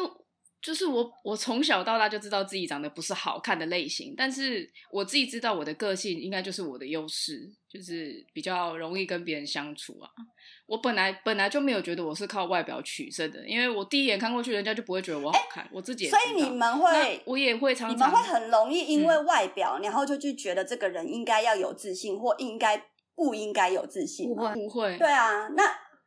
[SPEAKER 1] 就是我我从小到大就知道自己长得不是好看的类型，但是我自己知道我的个性应该就是我的优势，就是比较容易跟别人相处啊。我本来本来就没有觉得我是靠外表取胜的，因为我第一眼看过去，人家就不会觉得我好看，我自己也知
[SPEAKER 2] 所
[SPEAKER 1] 道。
[SPEAKER 2] 以你们
[SPEAKER 1] 那
[SPEAKER 2] 会，
[SPEAKER 1] 我也会常
[SPEAKER 2] 你们
[SPEAKER 1] 常嗯
[SPEAKER 2] 会很容易因为外表，然后就去觉得这个人应该要有自信，或应该不应该有自信
[SPEAKER 4] 不
[SPEAKER 2] 吗。
[SPEAKER 4] 会，
[SPEAKER 1] 不会，
[SPEAKER 2] 对啊，那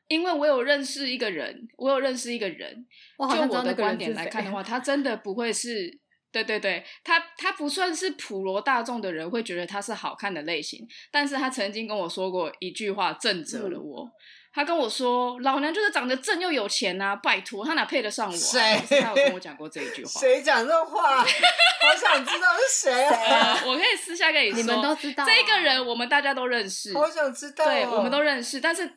[SPEAKER 1] 因为我有认识一个人，我有认识一个人，
[SPEAKER 4] 我好
[SPEAKER 1] 就
[SPEAKER 4] 像知
[SPEAKER 1] 我
[SPEAKER 4] 道那
[SPEAKER 1] 的
[SPEAKER 4] 个人
[SPEAKER 1] 观
[SPEAKER 4] [laughs] 是
[SPEAKER 1] 点来看的
[SPEAKER 4] 谁
[SPEAKER 1] 话，他真的不会是对对对，他他不算是普罗大众的人会觉得他是好看的类型，但是他曾经跟我说过一句话震折了我。他跟我说：“老娘就是长得正又有钱呐、拜托，他哪配得上我、啊？”
[SPEAKER 3] 谁
[SPEAKER 1] 可是 [laughs] 他有跟我讲过这一句话。
[SPEAKER 3] 谁讲这话？ [laughs] 好想知道是谁
[SPEAKER 2] 谁
[SPEAKER 4] [laughs]
[SPEAKER 1] 呃，
[SPEAKER 3] 啊！
[SPEAKER 1] [laughs] 我可以私下跟你说，
[SPEAKER 4] 你们都知道啊
[SPEAKER 1] 这个人，我们大家都认识，
[SPEAKER 3] 好想知道、哦。
[SPEAKER 1] 对，我们都认识，但是。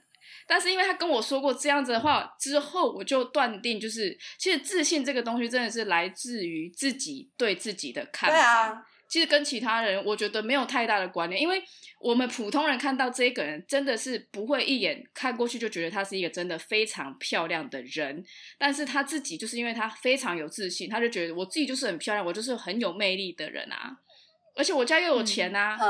[SPEAKER 1] 但是因为他跟我说过这样子的话之后，我就断定，就是其实自信这个东西真的是来自于自己对自己的看
[SPEAKER 2] 对
[SPEAKER 1] 法。
[SPEAKER 2] 啊，
[SPEAKER 1] 其实跟其他人，我觉得没有太大的关联，因为我们普通人看到这个人，真的是不会一眼看过去就觉得他是一个真的非常漂亮的人，但是他自己就是因为他非常有自信，他就觉得我自己就是很漂亮，我就是很有魅力的人啊，而且我家又有钱啊，
[SPEAKER 2] 嗯，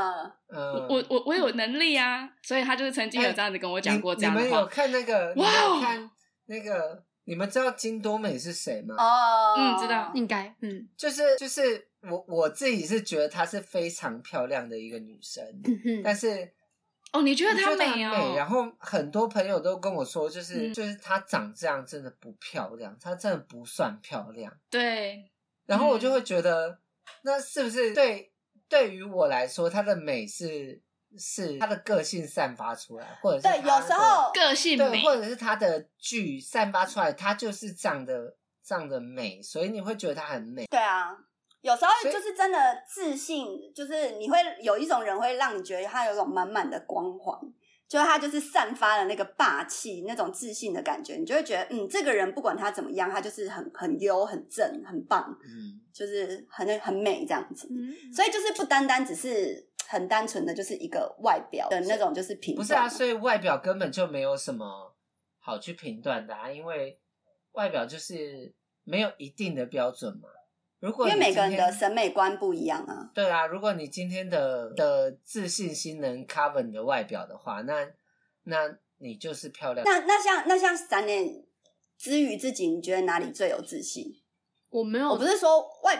[SPEAKER 1] 我
[SPEAKER 3] 嗯，
[SPEAKER 1] 我我我有能力啊，所以他就是曾经有这样子跟我讲过这样
[SPEAKER 3] 你。
[SPEAKER 1] 的
[SPEAKER 3] 你们有
[SPEAKER 1] 话，
[SPEAKER 3] 看那个？你
[SPEAKER 1] 哇
[SPEAKER 3] 们
[SPEAKER 1] 哦
[SPEAKER 3] 有看那个？你们知道金多美是谁吗？
[SPEAKER 2] 哦，
[SPEAKER 1] 嗯知道
[SPEAKER 4] 应该嗯
[SPEAKER 3] 就是就是我我自己是觉得她是非常漂亮的一个女生，
[SPEAKER 4] 哼
[SPEAKER 3] 但是
[SPEAKER 1] 哦，嗯你觉
[SPEAKER 3] 我
[SPEAKER 1] 得
[SPEAKER 3] 觉
[SPEAKER 1] 她
[SPEAKER 3] 得她很美。然
[SPEAKER 1] 哦？
[SPEAKER 3] 后很多朋友都跟我说，就是、
[SPEAKER 1] 嗯
[SPEAKER 3] 就是她长这样真的不漂亮，她真的不算漂亮。
[SPEAKER 1] 对，
[SPEAKER 3] 然后我
[SPEAKER 1] 嗯
[SPEAKER 3] 就会觉得，那是不是对对于我来说，她的美是是她的个性散发出来，或者是
[SPEAKER 2] 对，
[SPEAKER 3] 她
[SPEAKER 2] 有时
[SPEAKER 3] 的
[SPEAKER 2] 候
[SPEAKER 1] 个性
[SPEAKER 3] 对，
[SPEAKER 1] 美，
[SPEAKER 3] 或者是她的剧散发出来，她就是这样的这样的美，所以你会觉得她很美。
[SPEAKER 2] 对啊，有时候
[SPEAKER 3] 所以
[SPEAKER 2] 就是真的自信，就是你会有一种人会让你觉得他有一种满满的光环，就是他就是散发了那个霸气、那种自信的感觉，你就会觉得，嗯，这个人不管他怎么样，他就是很很优、很正、很棒，
[SPEAKER 3] 嗯，
[SPEAKER 2] 就是很很美这样子。
[SPEAKER 4] 嗯，
[SPEAKER 2] 所以就是不单单只是很单纯的就是一个外表的那种，就是评
[SPEAKER 3] 不
[SPEAKER 2] 判
[SPEAKER 3] 是啊，所以外表根本就没有什么好去评断的啊，因为外表就是没有一定的标准嘛。如果
[SPEAKER 2] 因为
[SPEAKER 3] 你
[SPEAKER 2] 每个人
[SPEAKER 3] 今
[SPEAKER 2] 的
[SPEAKER 3] 天
[SPEAKER 2] 审美观不一样啊。
[SPEAKER 3] 对啊，如果你今天的的自信心能 cover 你的外表的话，那那你就是漂亮。
[SPEAKER 2] 那那像那像闪脸之于自己，你觉得哪里最有自信？
[SPEAKER 4] 我没有
[SPEAKER 2] 我不是说外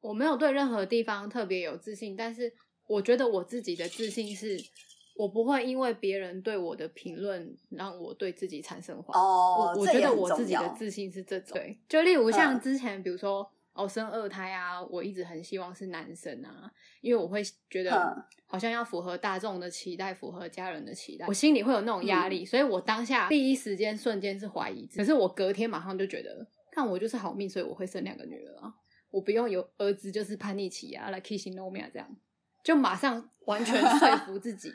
[SPEAKER 4] 我没有对任何地方特别有自信，但是我觉得我自己的自信是，我不会因为别人对我的评论让我对自己产生怀疑。
[SPEAKER 2] 哦，
[SPEAKER 4] 我我
[SPEAKER 2] 这
[SPEAKER 4] 觉
[SPEAKER 2] 也
[SPEAKER 4] 得
[SPEAKER 2] 很
[SPEAKER 4] 我
[SPEAKER 2] 重
[SPEAKER 4] 自己的
[SPEAKER 2] 要
[SPEAKER 4] 自信是这种，对，就例如像
[SPEAKER 2] 嗯
[SPEAKER 4] 之前，比如说哦生二胎啊，我一直很希望是男生啊，因为我会觉
[SPEAKER 2] 嗯
[SPEAKER 4] 得好像要符合大众的期待，符合家人的期待，我心里会有那种压力，所以我当下第一时间瞬间是怀疑自己，可是我隔天马上就觉得，看我就是好命，所以我会生两个女儿啊，我不用有儿子就是叛逆期啊，来 kissing no m a 这样，就马上完全说服自己。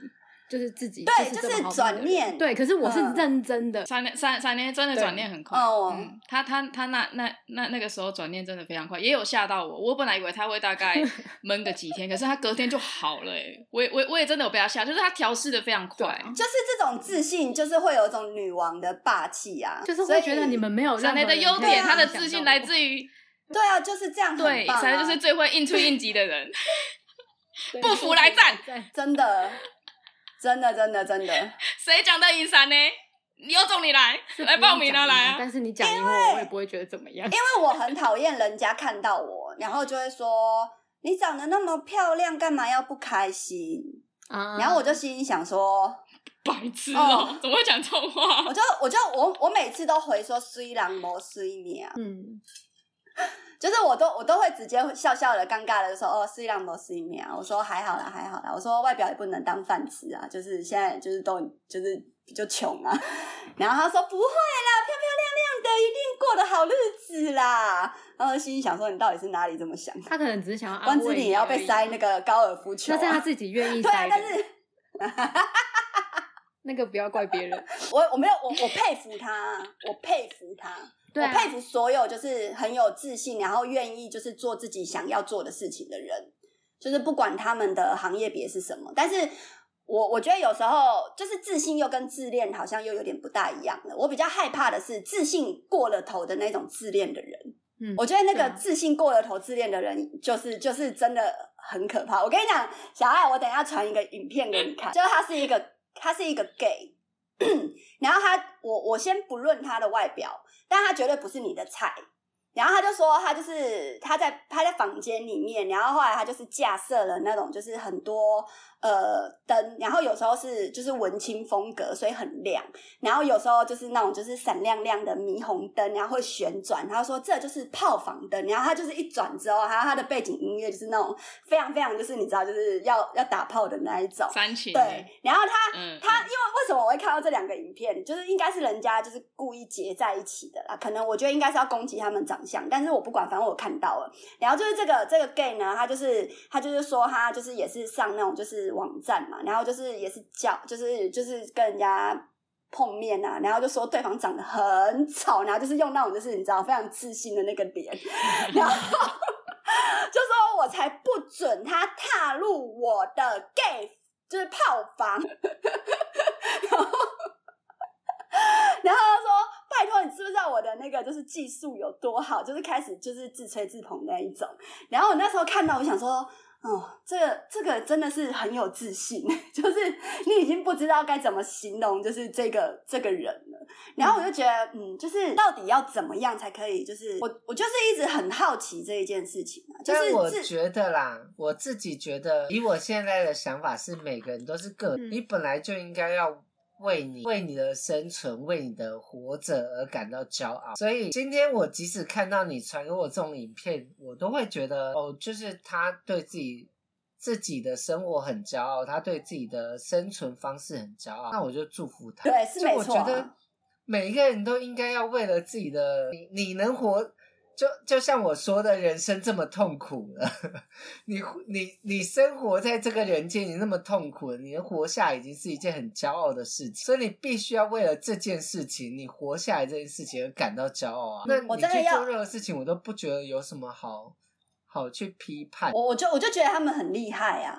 [SPEAKER 4] 就是自己
[SPEAKER 2] 对
[SPEAKER 4] 这
[SPEAKER 2] 就
[SPEAKER 4] 么
[SPEAKER 2] 是
[SPEAKER 4] 好命的
[SPEAKER 2] 转
[SPEAKER 4] 人
[SPEAKER 2] 念
[SPEAKER 4] 对，可是我是
[SPEAKER 2] 嗯
[SPEAKER 4] 认真的，
[SPEAKER 1] 闪念闪闪念真的
[SPEAKER 4] 对
[SPEAKER 1] 转念很快，
[SPEAKER 2] 哦
[SPEAKER 1] 嗯，他他他那那那那个时候转念真的非常快，也有吓到我。我本来以为他会大概闷个几天，可是他隔天就好了、欸。我也我也我也真的有被他吓，就是他调试的非常快。
[SPEAKER 2] 嗯就是这种自信，就是会有一种女王的霸气啊，
[SPEAKER 4] 就是
[SPEAKER 2] 所
[SPEAKER 4] 会
[SPEAKER 2] 以
[SPEAKER 4] 觉得你们没有任
[SPEAKER 1] 闪
[SPEAKER 4] 何
[SPEAKER 1] 念的
[SPEAKER 4] 人
[SPEAKER 1] 优
[SPEAKER 4] 可以
[SPEAKER 1] 点，
[SPEAKER 4] 影
[SPEAKER 1] 他的
[SPEAKER 4] 响
[SPEAKER 1] 自信
[SPEAKER 4] 到
[SPEAKER 1] 来
[SPEAKER 4] 我
[SPEAKER 1] 自于
[SPEAKER 2] 对啊，就是这样很
[SPEAKER 1] 对，
[SPEAKER 2] 棒啊，
[SPEAKER 1] 闪念就是最会应出应急的人。
[SPEAKER 4] 对
[SPEAKER 1] 不服来战，
[SPEAKER 2] 真的，真的，真的，真的，
[SPEAKER 1] 谁讲的赢闪呢？有种你来
[SPEAKER 4] 是
[SPEAKER 1] 来
[SPEAKER 4] 不用
[SPEAKER 1] 报名
[SPEAKER 4] 讲
[SPEAKER 1] 啊，来
[SPEAKER 4] 赢
[SPEAKER 1] 啊！
[SPEAKER 4] 但是你讲赢我，我也不会觉得怎么样
[SPEAKER 2] 因。为我很讨厌人家看到我，然后就会说你长得那么漂亮，干嘛要不开心？
[SPEAKER 4] 啊
[SPEAKER 2] 然后我就心里想说，
[SPEAKER 1] 白痴哦、怎么会讲这种话
[SPEAKER 2] 我？就我就我我每次都回说虽然没虽你啊，
[SPEAKER 4] 嗯，
[SPEAKER 2] 就是我都我都会直接笑笑的、尴尬的说哦，是一两不是一秒。我说还好啦，还好啦。我说外表也不能当饭吃啊，就是现在就是都就是就穷啊。 [laughs] 然后他说不会啦，漂漂亮亮的，一定过得好日子啦。然后心里想说你到底是哪里这么想？
[SPEAKER 4] 他可能只是想要安
[SPEAKER 2] 关
[SPEAKER 4] 慰
[SPEAKER 2] 之琳
[SPEAKER 4] 你
[SPEAKER 2] 也要被塞
[SPEAKER 4] 而已啊
[SPEAKER 2] 那个高尔夫球、
[SPEAKER 4] [laughs] 那是他
[SPEAKER 2] 啊。
[SPEAKER 4] 自己愿意
[SPEAKER 2] [laughs] 对啊
[SPEAKER 4] 塞，
[SPEAKER 2] 但是
[SPEAKER 4] 的， [laughs] 那个不要怪别人。
[SPEAKER 2] [laughs] 我我没有我我佩服他，我佩服他，
[SPEAKER 4] 对啊
[SPEAKER 2] 我佩服所有就是很有自信，然后愿意就是做自己想要做的事情的人，就是不管他们的行业别是什么，但是。我我觉得有时候就是自信又跟自恋好像又有点不大一样了。我比较害怕的是自信过了头的那种自恋的人。
[SPEAKER 4] 嗯，
[SPEAKER 2] 我觉得那
[SPEAKER 4] 对
[SPEAKER 2] 个
[SPEAKER 4] 啊
[SPEAKER 2] 自信过了头自恋的人，就是就是真的很可怕。我跟你讲，小爱，我等一下传一个影片给你看，就是他是一个他是一个
[SPEAKER 4] [laughs]
[SPEAKER 2] gay，然后他我我先不论他的外表，但他绝对不是你的菜。然后他就说，他就是他在他在房间里面，然后后来他就是架设了那种就是很多呃灯，然后有时候是就是文青风格，所以很亮，然后有时候就是那种就是闪亮亮的霓虹灯，然后会旋转。他说这就是炮房灯，然后它就是一转之后，还有它的背景音乐就是那种非常非常就是你知道就是要要打炮的那一种。
[SPEAKER 1] 煽情的，
[SPEAKER 2] 对，然后他、
[SPEAKER 1] 嗯
[SPEAKER 2] 他因为为什么我会看到这两个影片，就是应该是人家就是故意结在一起的啦，可能我觉得应该是要攻击他们长相，但是我不管，反正我看到了。然后就是这个这个 gay 呢，他就是他就是说他就是也是上那种就是网站嘛，然后就是也是叫就是就是跟人家。碰面啊，然后就说对方长得很丑，然后就是用那种就是你知道非常自信的那个脸， [laughs] 然后就说我才不准他踏入我的 gay 就是炮房，然后然后他说拜托你知不知道我的那个就是技术有多好，就是开始就是自吹自捧那一种。然后我那时候看到，我想说。哦，这个这个真的是很有自信， [laughs] 就是你已经不知道该怎么形容，就是这个这个人了。然后我就觉得，嗯，就是到底要怎么样才可以？就是我我就是一直很好奇这一件事情啊，就
[SPEAKER 3] 但我
[SPEAKER 2] 是自
[SPEAKER 3] 觉得啦，我自己觉得，以我现在的想法是，每个人都是个，
[SPEAKER 4] 嗯
[SPEAKER 3] 你本来就应该要为你、为你的生存、为你的活着而感到骄傲。所以今天我即使看到你传给我这种影片，我都会觉得，哦，就是他对自己。自己的生活很骄傲，他对自己的生存方式很骄傲，那我就祝福他。
[SPEAKER 2] 对是
[SPEAKER 3] 就
[SPEAKER 2] 没
[SPEAKER 3] 我
[SPEAKER 2] 错
[SPEAKER 3] 觉
[SPEAKER 2] 啊、
[SPEAKER 3] 得每一个人都应该要为了自己的，你你能活，就就像我说的，人生这么痛苦了， [laughs] 你你你生活在这个人间，你那么痛苦，你能活下来已经是一件很骄傲的事情，所以你必须要为了这件事情，你活下来这件事情而感到骄傲啊。那
[SPEAKER 2] 嗯我
[SPEAKER 3] 你
[SPEAKER 2] 真的
[SPEAKER 3] 去
[SPEAKER 2] 要
[SPEAKER 3] 做任何事情，我都不觉得有什么好好去批判。
[SPEAKER 2] 我我就我就觉得他们很厉害啊。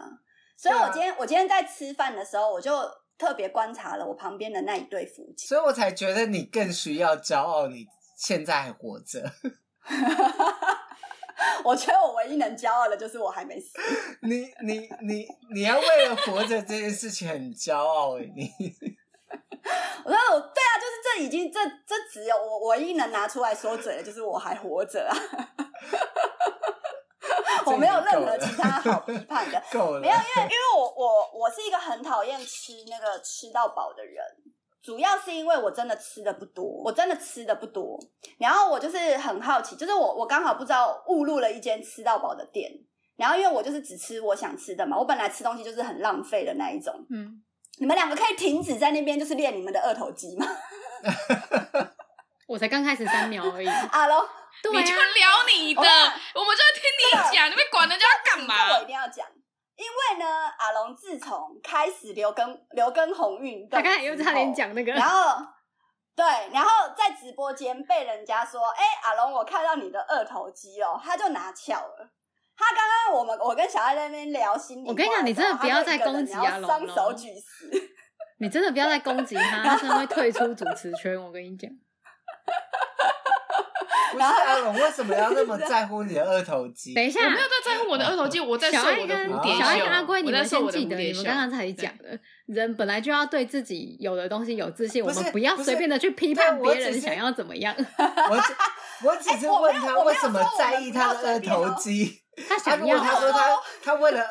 [SPEAKER 2] 所以
[SPEAKER 3] 对啊
[SPEAKER 2] 我今天、我今天在吃饭的时候，我就特别观察了我旁边的那一对夫妻。
[SPEAKER 3] 所以我才觉得你更需要骄傲，你现在还活着， [laughs]
[SPEAKER 2] [laughs] 我觉得我唯一能骄傲的就是我还没死。 [laughs]
[SPEAKER 3] 你你你你要为了活着这件事情很骄傲哎、你
[SPEAKER 2] 我说我对啊，就是这已经这这只有我唯一能拿出来说嘴的就是我还活着啊。 [laughs] 我没有任何其他好批判的，
[SPEAKER 3] 够 [laughs] 了
[SPEAKER 2] 没有，因为因为我我我是一个很讨厌吃那个吃到饱的人，主要是因为我真的吃的不多，我真的吃的不多。然后我就是很好奇，就是我我刚好不知道误入了一间吃到饱的店，然后因为我就是只吃我想吃的嘛，我本来吃东西就是很浪费的那一种。
[SPEAKER 4] 嗯，
[SPEAKER 2] 你们两个可以停止在那边就是练你们的二头肌吗？
[SPEAKER 4] 我才刚开始三秒
[SPEAKER 2] [laughs]
[SPEAKER 4] 而已。
[SPEAKER 2] 啊喽，
[SPEAKER 4] 对
[SPEAKER 1] 你就
[SPEAKER 4] 啊，
[SPEAKER 1] 聊你的，
[SPEAKER 2] 我跟你讲
[SPEAKER 1] 我们就听你讲，你们管人家要干
[SPEAKER 2] 这我
[SPEAKER 1] 嘛
[SPEAKER 2] 一？定要讲，因为呢，阿龙自从开始留根留根红运动之后，
[SPEAKER 4] 他刚才又差点讲那 [laughs] 个，
[SPEAKER 2] 然后对，然后在直播间被人家说：“哎、阿龙，我看到你的二头肌哦。”他就拿翘了。他刚刚我们我跟小爱在那边聊心里话
[SPEAKER 4] 我
[SPEAKER 2] 的
[SPEAKER 4] 跟
[SPEAKER 2] 时
[SPEAKER 4] 你
[SPEAKER 2] 候，
[SPEAKER 4] 讲你真的不要再攻击阿
[SPEAKER 2] 阿
[SPEAKER 4] 龙了哦
[SPEAKER 2] 双手举死。
[SPEAKER 4] 你真的不要再攻击他，他真的会退出主持圈。我跟你
[SPEAKER 1] [laughs]
[SPEAKER 4] 讲，
[SPEAKER 3] 不是阿龙为什么要那么
[SPEAKER 2] 啊
[SPEAKER 3] 在乎你的二头肌？
[SPEAKER 4] 等一下
[SPEAKER 1] 我，没有在在乎我的二头肌，我在
[SPEAKER 4] 小
[SPEAKER 1] 瘦
[SPEAKER 4] 爱
[SPEAKER 1] 我的
[SPEAKER 4] 跟
[SPEAKER 1] 蝴蝶
[SPEAKER 4] 小爱跟阿
[SPEAKER 1] 袖，
[SPEAKER 4] 龟，你
[SPEAKER 1] 我在
[SPEAKER 4] 们
[SPEAKER 1] 瘦
[SPEAKER 4] 先
[SPEAKER 1] 我的
[SPEAKER 4] 记
[SPEAKER 1] 蝴
[SPEAKER 4] 得，你
[SPEAKER 1] 蝶
[SPEAKER 4] 们
[SPEAKER 1] 袖。
[SPEAKER 4] 刚刚才讲的，人本来就要对自己有的东西有自信，
[SPEAKER 3] 不
[SPEAKER 4] 我
[SPEAKER 3] 是
[SPEAKER 4] 们不要
[SPEAKER 3] 不是
[SPEAKER 4] 随便的去批
[SPEAKER 2] 啊
[SPEAKER 4] 判
[SPEAKER 3] 对我
[SPEAKER 4] 别
[SPEAKER 3] 只
[SPEAKER 4] 人
[SPEAKER 3] 是
[SPEAKER 4] 想要怎么
[SPEAKER 2] [laughs]
[SPEAKER 4] 样。
[SPEAKER 3] 我只我只是问
[SPEAKER 2] 哎
[SPEAKER 3] 他
[SPEAKER 2] 我没有
[SPEAKER 3] 为什么在意他的二
[SPEAKER 2] 哦
[SPEAKER 3] 头
[SPEAKER 1] [laughs]
[SPEAKER 3] 肌。
[SPEAKER 4] 他
[SPEAKER 3] 他
[SPEAKER 2] 啊
[SPEAKER 4] 想
[SPEAKER 3] 如果
[SPEAKER 4] 要
[SPEAKER 3] 他说他他为了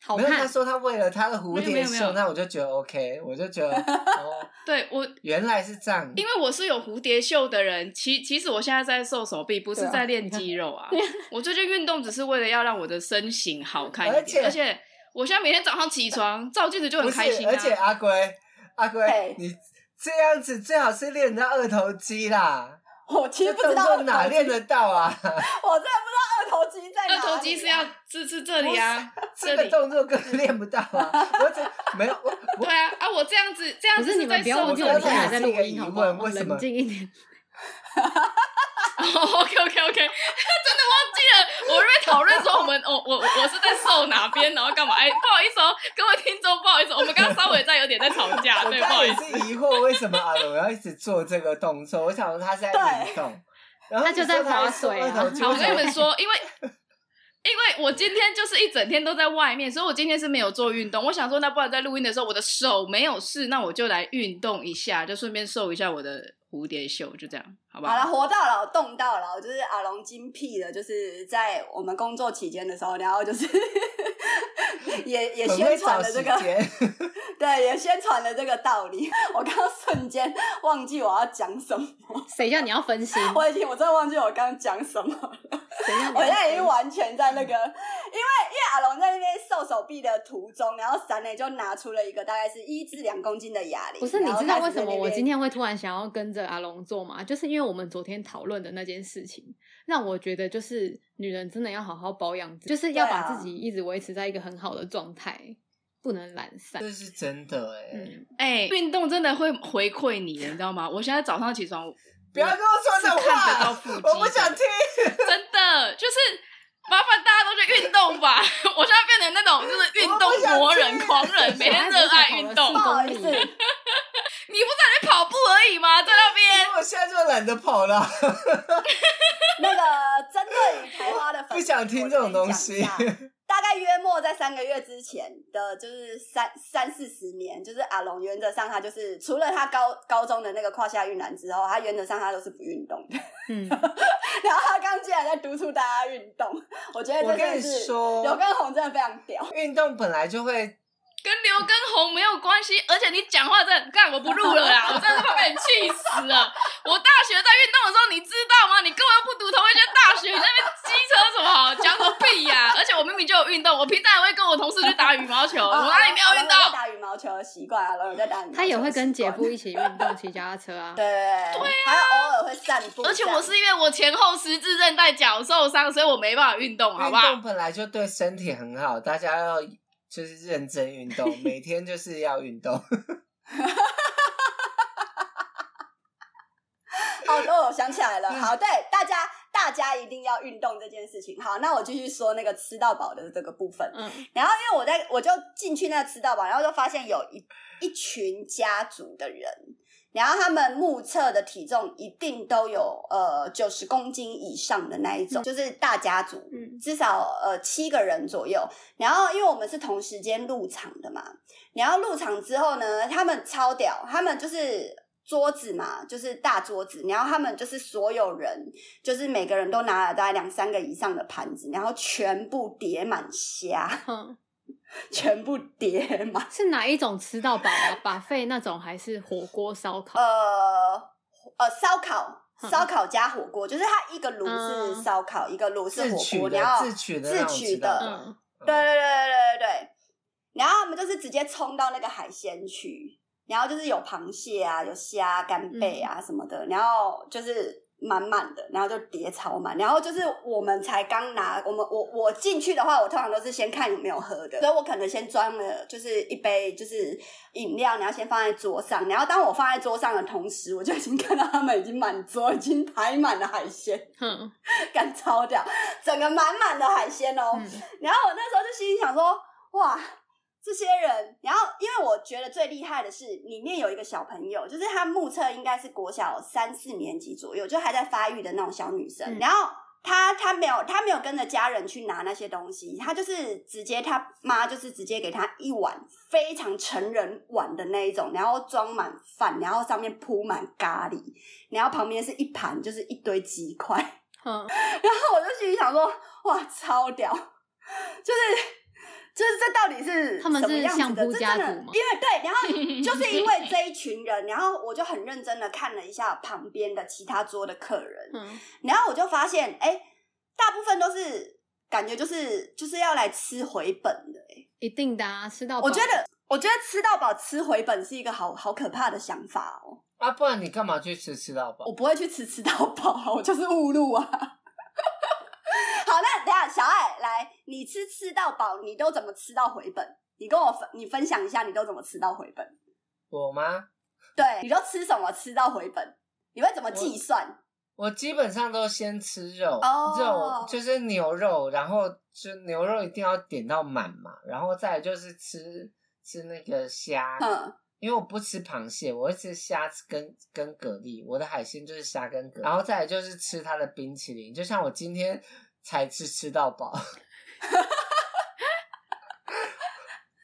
[SPEAKER 4] 好
[SPEAKER 3] 没有，他
[SPEAKER 4] 看，
[SPEAKER 3] 说他为了他的蝴
[SPEAKER 1] 没
[SPEAKER 3] 蝶
[SPEAKER 1] 有没有没
[SPEAKER 3] 袖，
[SPEAKER 1] 有
[SPEAKER 3] 那我就觉得 OK，我就觉
[SPEAKER 1] [laughs]
[SPEAKER 3] 得哦，
[SPEAKER 1] 对我，
[SPEAKER 3] 原来是这样。
[SPEAKER 1] 因为我是有蝴蝶袖的人，其其实我现在在瘦手臂，不是
[SPEAKER 2] 对啊
[SPEAKER 1] 在练肌肉啊。我最近运动只是为了要让我的身形好看一
[SPEAKER 3] 而且
[SPEAKER 1] 点，而且我现在每天早上起床照镜子就
[SPEAKER 3] 不
[SPEAKER 1] 很
[SPEAKER 3] 是
[SPEAKER 1] 开心，啊。
[SPEAKER 3] 而且阿龟阿龟
[SPEAKER 2] 嘿，
[SPEAKER 3] 你这样子最好是练到二头肌啦，
[SPEAKER 2] 我其实
[SPEAKER 3] 这
[SPEAKER 2] 不知
[SPEAKER 3] 动
[SPEAKER 2] 道
[SPEAKER 3] 作
[SPEAKER 2] 二
[SPEAKER 3] 哪
[SPEAKER 2] 头肌
[SPEAKER 3] 练得到啊？
[SPEAKER 2] 我真的不知道二头肌在哪里
[SPEAKER 1] 二
[SPEAKER 2] 啊、
[SPEAKER 1] 头肌是要是是这里啊，这
[SPEAKER 3] 这个
[SPEAKER 1] 里。
[SPEAKER 3] 动作根本练不到啊！我只 [laughs] 没有我
[SPEAKER 1] [laughs]
[SPEAKER 3] 我
[SPEAKER 1] 对啊啊！我这样子这样
[SPEAKER 4] 不
[SPEAKER 1] 子
[SPEAKER 4] 是你们
[SPEAKER 1] 在
[SPEAKER 4] 不要
[SPEAKER 1] 瘦
[SPEAKER 4] 忘记
[SPEAKER 1] 手
[SPEAKER 4] 我
[SPEAKER 3] 我
[SPEAKER 4] 们
[SPEAKER 3] 们现
[SPEAKER 4] 现在
[SPEAKER 3] 在
[SPEAKER 1] [laughs]
[SPEAKER 4] 还
[SPEAKER 3] 还在
[SPEAKER 4] 在录
[SPEAKER 3] 录
[SPEAKER 4] 音，
[SPEAKER 3] 音
[SPEAKER 4] 好
[SPEAKER 3] 好
[SPEAKER 4] 不
[SPEAKER 3] 不
[SPEAKER 4] 好
[SPEAKER 3] 好？
[SPEAKER 4] 冷
[SPEAKER 3] 冷
[SPEAKER 4] 静
[SPEAKER 3] 静
[SPEAKER 4] 一点。
[SPEAKER 1] Oh, OK OK [laughs] OK，真的忘记了，我们在讨论说我们，我哦我我是在瘦哪边，然后干嘛？哎，不好意思哦，各位听众，不好意思，我们刚刚稍微在有点在吵
[SPEAKER 3] [laughs]
[SPEAKER 1] 架，
[SPEAKER 3] 我
[SPEAKER 1] 对，不
[SPEAKER 3] 刚
[SPEAKER 1] 好
[SPEAKER 3] 才
[SPEAKER 1] 意
[SPEAKER 3] 也
[SPEAKER 1] 思。
[SPEAKER 3] 是疑惑，为什么阿龙要一直做这个动作？我想说他是在运动，然后
[SPEAKER 4] 他就在划水啊
[SPEAKER 3] 二头肌
[SPEAKER 1] 好，我
[SPEAKER 3] 为
[SPEAKER 1] 跟
[SPEAKER 3] 什
[SPEAKER 1] 你
[SPEAKER 3] 么
[SPEAKER 1] 们说，因为。因为我今天就是一整天都在外面，所以我今天是没有做运动。我想说，那不然在录音的时候，我的手没有事，那我就来运动一下，就顺便瘦一下我的蝴蝶袖，就这样，好不
[SPEAKER 2] 好了，活到老，动到老，就是阿龙精辟的，就是在我们工作期间的时候，然后就是 [laughs] 也也宣传了这个 [laughs]
[SPEAKER 3] 很会，找时间
[SPEAKER 2] 对，也宣传了这个道理。我刚刚瞬间忘记我要讲什么，
[SPEAKER 4] 谁叫你要分心？
[SPEAKER 2] 我已经我真的忘记我刚刚讲什么了。
[SPEAKER 4] 谁叫你要分心
[SPEAKER 2] 我现在已经完全在那个，因为因为阿龙在那边瘦手臂的途中，然后闪磊就拿出了一个大概是一至两公斤的哑铃。
[SPEAKER 4] 不是，你
[SPEAKER 2] 然后
[SPEAKER 4] 知道
[SPEAKER 2] 开
[SPEAKER 4] 为
[SPEAKER 2] 始在
[SPEAKER 4] 什么
[SPEAKER 2] 那
[SPEAKER 4] 我
[SPEAKER 2] 边
[SPEAKER 4] 今天会突然想要跟着阿龙做吗？就是因为我们昨天讨论的那件事情，让我觉得就是女人真的要好好保养自己，就是要
[SPEAKER 2] 对啊
[SPEAKER 4] 把自己一直维持在一个很好的状态，不能懒散。
[SPEAKER 3] 这是真的哎、
[SPEAKER 4] 嗯，
[SPEAKER 1] 哎、运动真的会回馈你的，你知道吗？我现在早上起床，我
[SPEAKER 3] 不要跟我说这种
[SPEAKER 1] 是看得到
[SPEAKER 3] 话
[SPEAKER 1] 腹肌，的
[SPEAKER 3] 我不想听。
[SPEAKER 1] 真的就是麻烦大家都去运动吧。 [laughs] 我现在变成那种就是运
[SPEAKER 3] 我不想
[SPEAKER 1] 动
[SPEAKER 3] 去
[SPEAKER 1] 魔人、狂人，每天热爱运动。
[SPEAKER 2] 不
[SPEAKER 1] 你
[SPEAKER 2] 好意思，
[SPEAKER 1] 不是在那边跑步而已吗？在那边
[SPEAKER 3] 因为我现在就懒得跑了，
[SPEAKER 2] [laughs] 那个针对于台花的粉丝，
[SPEAKER 3] 不想听这种东
[SPEAKER 2] 我
[SPEAKER 3] 西
[SPEAKER 2] 跟你讲一下。大概约莫在三个月之前的，就是三三四十年，就是阿龙原则上他就是除了他高高中的那个胯下运篮之后，他原则上他都是不运动的。 [laughs]
[SPEAKER 4] 嗯，
[SPEAKER 2] 然后他刚刚竟然在督促大家运动，我觉得
[SPEAKER 3] 我
[SPEAKER 2] 这真
[SPEAKER 3] 跟
[SPEAKER 2] 的
[SPEAKER 3] 你
[SPEAKER 2] 是
[SPEAKER 3] 说
[SPEAKER 2] 有跟红真的非常屌。
[SPEAKER 1] 哦
[SPEAKER 3] 运动本来就会
[SPEAKER 1] 跟刘跟红没有关系，而且你讲话真的，干我不录了啦！我真的是快被你气死了。我大学在运动的时候，你知道吗？你根本不读同一间大学，你在那边机车什么好讲什么屁呀、而且我明明就有运动，我平常也会跟我同事去打羽毛球，
[SPEAKER 2] 哦
[SPEAKER 1] 我哪里没有运动
[SPEAKER 2] 阿龙有在？打羽毛球的习惯，阿龙有在打羽毛球的习惯，
[SPEAKER 4] 他也会跟姐夫一起运动，骑脚踏车啊。
[SPEAKER 2] 对，对还有偶尔会散步。
[SPEAKER 1] 而且
[SPEAKER 2] 这样
[SPEAKER 1] 我是因为我前后十字韧带脚受伤，所以我没办法运动，好
[SPEAKER 3] 运
[SPEAKER 1] 不好
[SPEAKER 3] 动？本来就对身体很好，大家要就是认真运动，每天就是要运
[SPEAKER 2] [laughs]
[SPEAKER 3] 动。
[SPEAKER 2] 哦哦，我想起来了，好，对大家，大家一定要运动这件事情。好，那我继续说那个吃到饱的这个部分。
[SPEAKER 4] 嗯，
[SPEAKER 2] 然后因为我在我就进去那个吃到饱，然后就发现有一一群家族的人，然后他们目测的体重一定都有呃九十公斤以上的那一种，就是大家族，
[SPEAKER 4] 嗯
[SPEAKER 2] 至少呃七个人左右。然后因为我们是同时间入场的嘛，然后入场之后呢，他们超屌，他们就是。桌子嘛，就是大桌子，然后他们就是所有人，就是每个人都拿了大概两三个以上的盘子，然后全部叠满虾。 [laughs]
[SPEAKER 4] 哼，
[SPEAKER 2] 全部叠满。
[SPEAKER 4] 是哪一种吃到饱啊？把费那种还是火锅烧烤？
[SPEAKER 2] 呃呃，烧烤，
[SPEAKER 4] 嗯
[SPEAKER 2] 烧烤加火锅，就是它一个炉是
[SPEAKER 4] 嗯
[SPEAKER 2] 烧烤，一个炉是
[SPEAKER 3] 自
[SPEAKER 2] 火
[SPEAKER 3] 取
[SPEAKER 2] 锅，
[SPEAKER 3] 的
[SPEAKER 2] 然，后
[SPEAKER 3] 自取的
[SPEAKER 2] 自
[SPEAKER 3] 那种
[SPEAKER 2] 取
[SPEAKER 3] 知
[SPEAKER 2] 的，
[SPEAKER 3] 道
[SPEAKER 4] 嗯
[SPEAKER 3] 吧，
[SPEAKER 2] 对对对对对对。然后他们就是直接冲到那个海鲜区，然后就是有螃蟹啊，有虾、干贝啊什么的，然后就是。满满的，然后就叠超满，然后就是我们才刚拿，我们我我进去的话，我通常都是先看有没有喝的，所以我可能先装了就是一杯就是饮料，然后先放在桌上，然后当我放在桌上的同时，我就已经看到他们已经满桌，已经排满了海鲜，
[SPEAKER 4] 哼，
[SPEAKER 2] 干超掉，整个满满的海鲜哦，
[SPEAKER 4] 嗯
[SPEAKER 2] [laughs] 然后我那时候就心里想说，哇，这些人，然后因为我觉得最厉害的是里面有一个小朋友，就是他目测应该是国小三四年级左右，就还在发育的那种小女生，
[SPEAKER 4] 嗯
[SPEAKER 2] 然后。她她没有她没有跟着家人去拿那些东西，她就是直接她妈就是直接给她一碗非常成人碗的那一种，然后装满饭，然后上面铺满咖喱，然后旁边是一盘就是一堆鸡块，
[SPEAKER 4] 哼，
[SPEAKER 2] 然后我就心里想说，哇，超屌，就是就是这到底是
[SPEAKER 4] 他们
[SPEAKER 2] 什么
[SPEAKER 4] 是
[SPEAKER 2] 样
[SPEAKER 4] 相
[SPEAKER 2] 子的？
[SPEAKER 4] 扑
[SPEAKER 2] 这
[SPEAKER 4] 家
[SPEAKER 2] 真的
[SPEAKER 4] 族吗
[SPEAKER 2] 因为对，然后
[SPEAKER 1] [laughs]
[SPEAKER 4] [laughs]
[SPEAKER 2] 就是因为这一群人，然后我就很认真的看了一下旁边的其他桌的客人，
[SPEAKER 4] 嗯，
[SPEAKER 2] 然后我就发现，哎，大部分都是感觉就是就是要来吃回本的、哎
[SPEAKER 4] 一定的啊，吃到饱。
[SPEAKER 2] 我觉得我觉得吃到饱吃回本是一个好好可怕的想法哦，
[SPEAKER 3] 啊，不然你干嘛去吃吃到饱？
[SPEAKER 2] 我不会去吃吃到饱啊，我就是误入啊。 [laughs] 好，那等一下小爱来，你吃吃到饱，你都怎么吃到回本？你跟我分，你分享一下，你都怎么吃到回本？
[SPEAKER 3] 我吗？
[SPEAKER 2] 对，你都吃什么吃到回本？你会怎么计算？
[SPEAKER 3] 我基本上都先吃肉
[SPEAKER 2] 哦
[SPEAKER 3] 肉就是牛肉，然后就牛肉一定要点到满嘛，然后再来就是吃吃那个虾，
[SPEAKER 2] 嗯，
[SPEAKER 3] 因为我不吃螃蟹，我会吃虾跟跟蛤蜊，我的海鲜就是虾跟蛤，然后再来就是吃它的冰淇淋，就像我今天才吃吃到饱，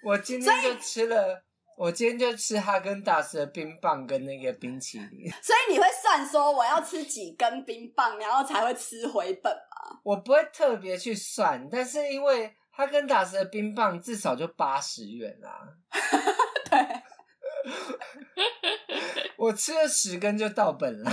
[SPEAKER 3] 我今天就吃了我今天就吃哈根达斯的冰棒跟那个冰淇淋，
[SPEAKER 2] 所以你会算说我要吃几根冰棒，然后才会吃回本吗？
[SPEAKER 3] 我不会特别去算，但是因为哈根达斯的冰棒至少就八十元啊啦、
[SPEAKER 2] [laughs] 对，
[SPEAKER 3] 我吃了十根就到本
[SPEAKER 2] 对，
[SPEAKER 3] 了。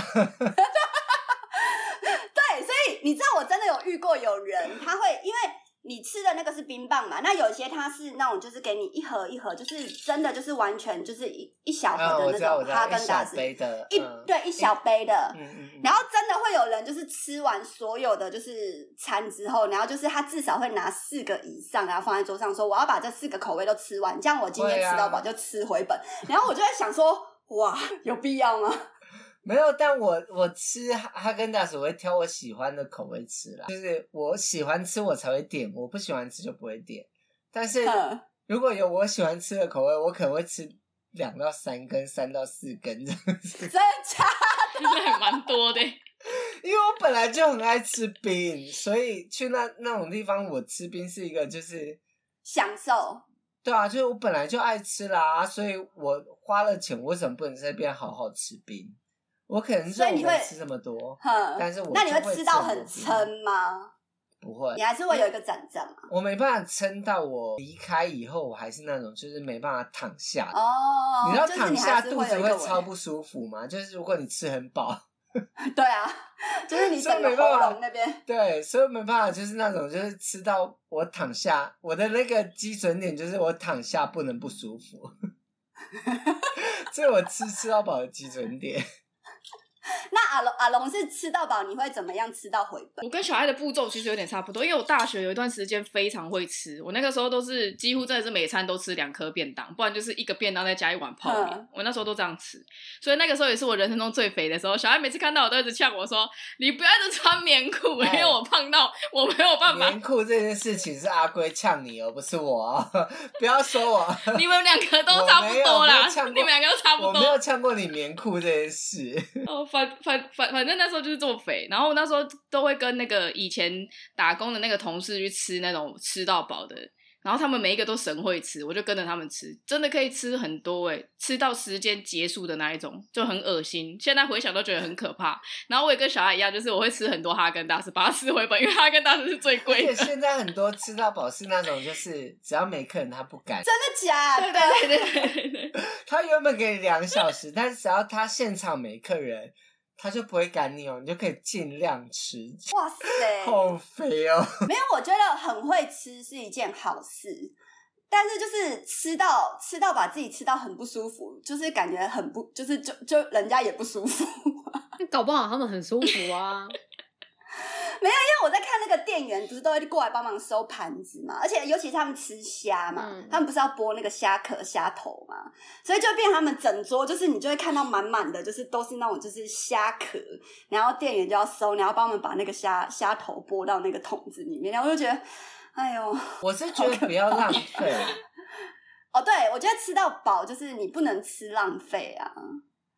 [SPEAKER 2] 所以你知道我真的有遇过有人，他会因为你吃的那个是冰棒嘛，那有些它是那种就是给你一盒一盒，就是真的就是完全就是一一小
[SPEAKER 3] 啊，
[SPEAKER 2] 盒
[SPEAKER 3] 我
[SPEAKER 2] 的
[SPEAKER 3] 知
[SPEAKER 2] 那
[SPEAKER 3] 道，我
[SPEAKER 2] 种
[SPEAKER 3] 知道，
[SPEAKER 2] 哈
[SPEAKER 3] 一
[SPEAKER 2] 根达
[SPEAKER 3] 小
[SPEAKER 2] 斯，
[SPEAKER 3] 杯的，
[SPEAKER 2] 一
[SPEAKER 3] 嗯，
[SPEAKER 2] 对一小杯的。
[SPEAKER 3] 嗯嗯嗯，
[SPEAKER 2] 然后真的会有人就是吃完所有的就是餐之后，然后就是他至少会拿四个以上，然后放在桌上说我要把这四个口味都吃完，这样我今天
[SPEAKER 3] 对啊
[SPEAKER 2] 吃到饱就吃回本。然后我就在想说，哇，有必要吗？ [laughs]
[SPEAKER 3] 没有，但我我吃哈哈根达斯，我会挑我喜欢的口味吃啦，就是我喜欢吃我才会点，我不喜欢吃就不会点。但是
[SPEAKER 2] 嗯，
[SPEAKER 3] 如果有我喜欢吃的口味，我可能会吃两到三根，三到四根这样子，
[SPEAKER 2] 真的 [laughs] 假
[SPEAKER 1] 那还蛮多的欸。
[SPEAKER 3] 因为我本来就很爱吃冰，所以去那那种地方，我吃冰是一个就是。
[SPEAKER 2] 享受？
[SPEAKER 3] 对啊，就是我本来就爱吃啦，所以我花了钱，我为什么不能在这边好好吃冰？我可能
[SPEAKER 2] 所以
[SPEAKER 3] 肉
[SPEAKER 2] 你
[SPEAKER 3] 没
[SPEAKER 2] 会
[SPEAKER 3] 吃这么多，
[SPEAKER 2] 哼，
[SPEAKER 3] 但是我
[SPEAKER 2] 那你
[SPEAKER 3] 就
[SPEAKER 2] 会吃到
[SPEAKER 3] 撑
[SPEAKER 2] 很
[SPEAKER 3] 我自己
[SPEAKER 2] 撑吗？
[SPEAKER 3] 不会
[SPEAKER 2] 你，还是会有一个展展嘛？
[SPEAKER 3] 我没办法撑到我离开以后，我还是那种就是没办法躺下。
[SPEAKER 2] 哦，
[SPEAKER 3] 嗯你知道
[SPEAKER 2] 就是
[SPEAKER 3] 躺
[SPEAKER 2] 你
[SPEAKER 3] 下
[SPEAKER 2] 还是
[SPEAKER 3] 肚
[SPEAKER 2] 会
[SPEAKER 3] 子
[SPEAKER 2] 有一个
[SPEAKER 3] 会
[SPEAKER 2] 尾
[SPEAKER 3] 超不舒服吗？就是如果你吃很饱，
[SPEAKER 2] 对啊，就是你
[SPEAKER 3] 所以
[SPEAKER 2] 整个
[SPEAKER 3] 没办
[SPEAKER 2] 喉
[SPEAKER 3] 法
[SPEAKER 2] 咙那边
[SPEAKER 3] 对，所以没办法，就是那种就是吃到我躺下，我的那个基准点就是我躺下不能不舒服，
[SPEAKER 1] [laughs]
[SPEAKER 3] 这是我吃吃到饱的基
[SPEAKER 1] [laughs]
[SPEAKER 3] 准点。
[SPEAKER 2] 那阿龙阿龙是吃到饱，你会怎么样吃到回本？
[SPEAKER 1] 我跟小爱的步骤其实有点差不多，因为我大学有一段时间非常会吃，我那个时候都是几乎真的是每餐都吃两颗便当，不然就是一个便当再加一碗泡面。
[SPEAKER 2] 嗯
[SPEAKER 1] 我那时候都这样吃，所以那个时候也是我人生中最肥的时候。小爱每次看到我都一直呛我说：“你不要一直穿棉裤，
[SPEAKER 3] 哎
[SPEAKER 1] 因为我胖到我没有办法。
[SPEAKER 3] 棉裤这件事情是阿龟呛你哦，不是我、哦，不要
[SPEAKER 1] [laughs]
[SPEAKER 3] 说我，
[SPEAKER 1] 你们两个都差不多
[SPEAKER 3] 我没有我没
[SPEAKER 1] 啦
[SPEAKER 3] 有，呛过
[SPEAKER 1] 你们两个都差不
[SPEAKER 3] 我
[SPEAKER 1] 多。
[SPEAKER 3] 没有呛过你棉裤这件事。
[SPEAKER 1] 哦，反反反反正那时候就是这么肥，然后那时候都会跟那个以前打工的那个同事去吃那种吃到饱的，然后他们每一个都神会吃，我就跟着他们吃，真的可以吃很多诶、吃到时间结束的那一种，就很恶心。现在回想都觉得很可怕。然后我也跟小爱一样，就是我会吃很多哈根达斯，把它吃回本，因为哈根达斯是最
[SPEAKER 3] 而
[SPEAKER 1] 贵
[SPEAKER 3] 且
[SPEAKER 1] 的。
[SPEAKER 3] 现在很多吃到饱是那种，就是只要没客人他不敢，
[SPEAKER 2] 真的假
[SPEAKER 1] 对
[SPEAKER 2] 的？
[SPEAKER 1] 对对对对对。
[SPEAKER 3] 他原本给你两小时，但只要他现场没客人，他就不会赶你哦，你就可以尽量吃。
[SPEAKER 2] 哇塞！
[SPEAKER 3] 好肥哦！
[SPEAKER 2] 没有，我觉得很会吃是一件好事，但是就是吃到吃到把自己吃到很不舒服，就是感觉很不，就是就就人家也不舒服。因
[SPEAKER 4] 那搞不好他们很舒服
[SPEAKER 2] [laughs]
[SPEAKER 4] 啊。
[SPEAKER 2] 为我在看那个店员，不是都会过来帮忙收盘子嘛，而且尤其他们吃虾嘛，
[SPEAKER 4] 嗯
[SPEAKER 2] 他们不是要剥那个虾壳、虾头嘛，所以就变他们整桌，就是你就会看到满满的，就是都是那种就是虾壳，然后店员就要收，然后帮我们把那个虾虾头剥到那个桶子里面，然后我就觉得，哎呦。
[SPEAKER 3] 我是觉得不要浪费，
[SPEAKER 2] 哦，对，我觉得吃到饱就是你不能吃浪费啊。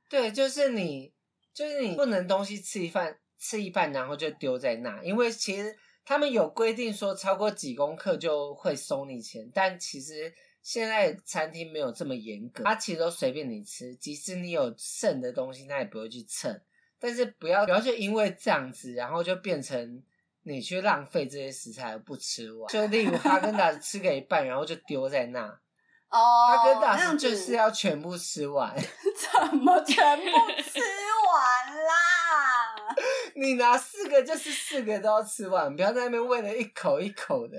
[SPEAKER 3] 对，就是你，就是你不能东西吃一半，吃一半然后就丢在那，因为其实他们有规定说超过几公克就会收你钱，但其实现在餐厅没有这么严格，它其实都随便你吃，即使你有剩的东西，它也不会去称。但是不要不要就因为这样子，然后就变成你去浪费这些食材而不吃完。就例如哈根达斯吃个一半，然后就丢在那，
[SPEAKER 2] 哦，
[SPEAKER 3] 哈根达
[SPEAKER 2] 那
[SPEAKER 3] 斯
[SPEAKER 2] 样
[SPEAKER 3] 就
[SPEAKER 2] 子
[SPEAKER 3] 是要全部吃完。 [laughs]
[SPEAKER 2] [laughs] 怎么全部吃完啦？
[SPEAKER 3] 你拿四个就是四个都要吃完，不要在那边为了一口一口的。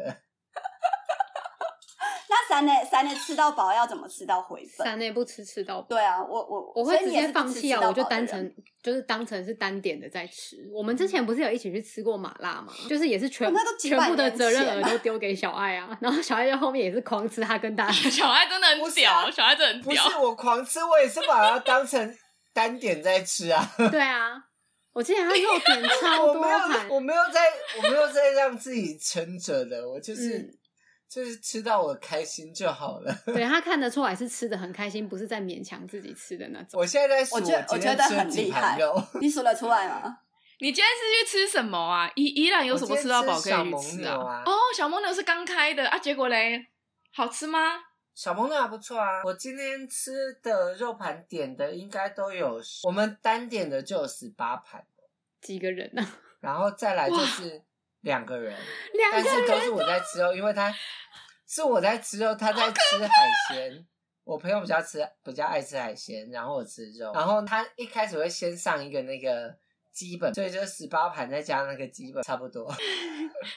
[SPEAKER 2] 那三内三内吃到饱要怎么吃到回本？
[SPEAKER 4] 三内不吃吃到饱，
[SPEAKER 2] 对啊，我我
[SPEAKER 4] 我
[SPEAKER 2] 所
[SPEAKER 4] 会
[SPEAKER 2] 以
[SPEAKER 4] 直
[SPEAKER 2] 你也
[SPEAKER 4] 接
[SPEAKER 2] 是不
[SPEAKER 4] 放
[SPEAKER 2] 吃
[SPEAKER 4] 弃
[SPEAKER 2] 吃
[SPEAKER 4] 啊，
[SPEAKER 2] 到
[SPEAKER 4] 我就
[SPEAKER 2] 饱的
[SPEAKER 4] 单
[SPEAKER 2] 人嗯
[SPEAKER 4] 成就是当成是单点的在吃。我们之前不是有一起去吃过麻辣吗？就是也是全、
[SPEAKER 2] 哦那都几
[SPEAKER 4] 全
[SPEAKER 2] 百
[SPEAKER 4] 部的
[SPEAKER 2] 年
[SPEAKER 4] 责任
[SPEAKER 2] 前
[SPEAKER 4] 额
[SPEAKER 2] 了 [laughs]
[SPEAKER 4] 都丢给小爱啊，然后小爱在后面也是狂吃哈根达
[SPEAKER 2] [laughs]
[SPEAKER 1] [laughs]
[SPEAKER 4] 斯。
[SPEAKER 1] 小爱真的很
[SPEAKER 3] 不是
[SPEAKER 1] 屌，
[SPEAKER 3] 啊
[SPEAKER 1] 小爱真的很
[SPEAKER 3] 不
[SPEAKER 1] 屌。
[SPEAKER 3] 是我狂吃，我也是把它当成单点在吃啊。
[SPEAKER 2] [laughs]
[SPEAKER 4] 对啊，我记得他肉点超
[SPEAKER 3] 我
[SPEAKER 4] 多
[SPEAKER 3] 没
[SPEAKER 4] 盘
[SPEAKER 3] 有，，我没有在，我没有在让自己撑着的，我就是、
[SPEAKER 4] 嗯
[SPEAKER 3] 就是吃到我开心就好了。
[SPEAKER 4] 对他看得出来是吃的很开心，不是在勉强自己吃的那种。
[SPEAKER 3] 我现在在数
[SPEAKER 2] 我觉得
[SPEAKER 3] 今
[SPEAKER 2] 我觉
[SPEAKER 3] 天
[SPEAKER 2] 得
[SPEAKER 3] 吃了
[SPEAKER 2] 很
[SPEAKER 3] 几
[SPEAKER 2] 厉
[SPEAKER 3] 盘
[SPEAKER 2] 害
[SPEAKER 3] 肉。
[SPEAKER 2] [laughs] 你数得出来
[SPEAKER 4] [laughs]
[SPEAKER 2] 吗？
[SPEAKER 1] 你今天是去吃什么啊？依依然有什么吃到饱可以去
[SPEAKER 3] 我今天
[SPEAKER 1] 吃
[SPEAKER 3] 吃小蒙牛啊
[SPEAKER 1] 哦，小蒙牛是刚开的啊，结果嘞，好吃吗？
[SPEAKER 3] 小萌那还不错啊。我今天吃的肉盘点的应该都有，我们单点的就有十八盘，
[SPEAKER 4] 几个人啊？
[SPEAKER 3] 然后再来就是两个人，
[SPEAKER 4] 两
[SPEAKER 3] 但
[SPEAKER 4] 个
[SPEAKER 3] 是
[SPEAKER 4] 人
[SPEAKER 3] 都是我在吃哦肉，因为他是我在吃肉，他在吃
[SPEAKER 4] 哦
[SPEAKER 3] 海鲜。我朋友比较吃比较爱吃海鲜，然后我吃肉，然后他一开始会先上一个那个基本，所以就是十八盘再加那个基本差不多。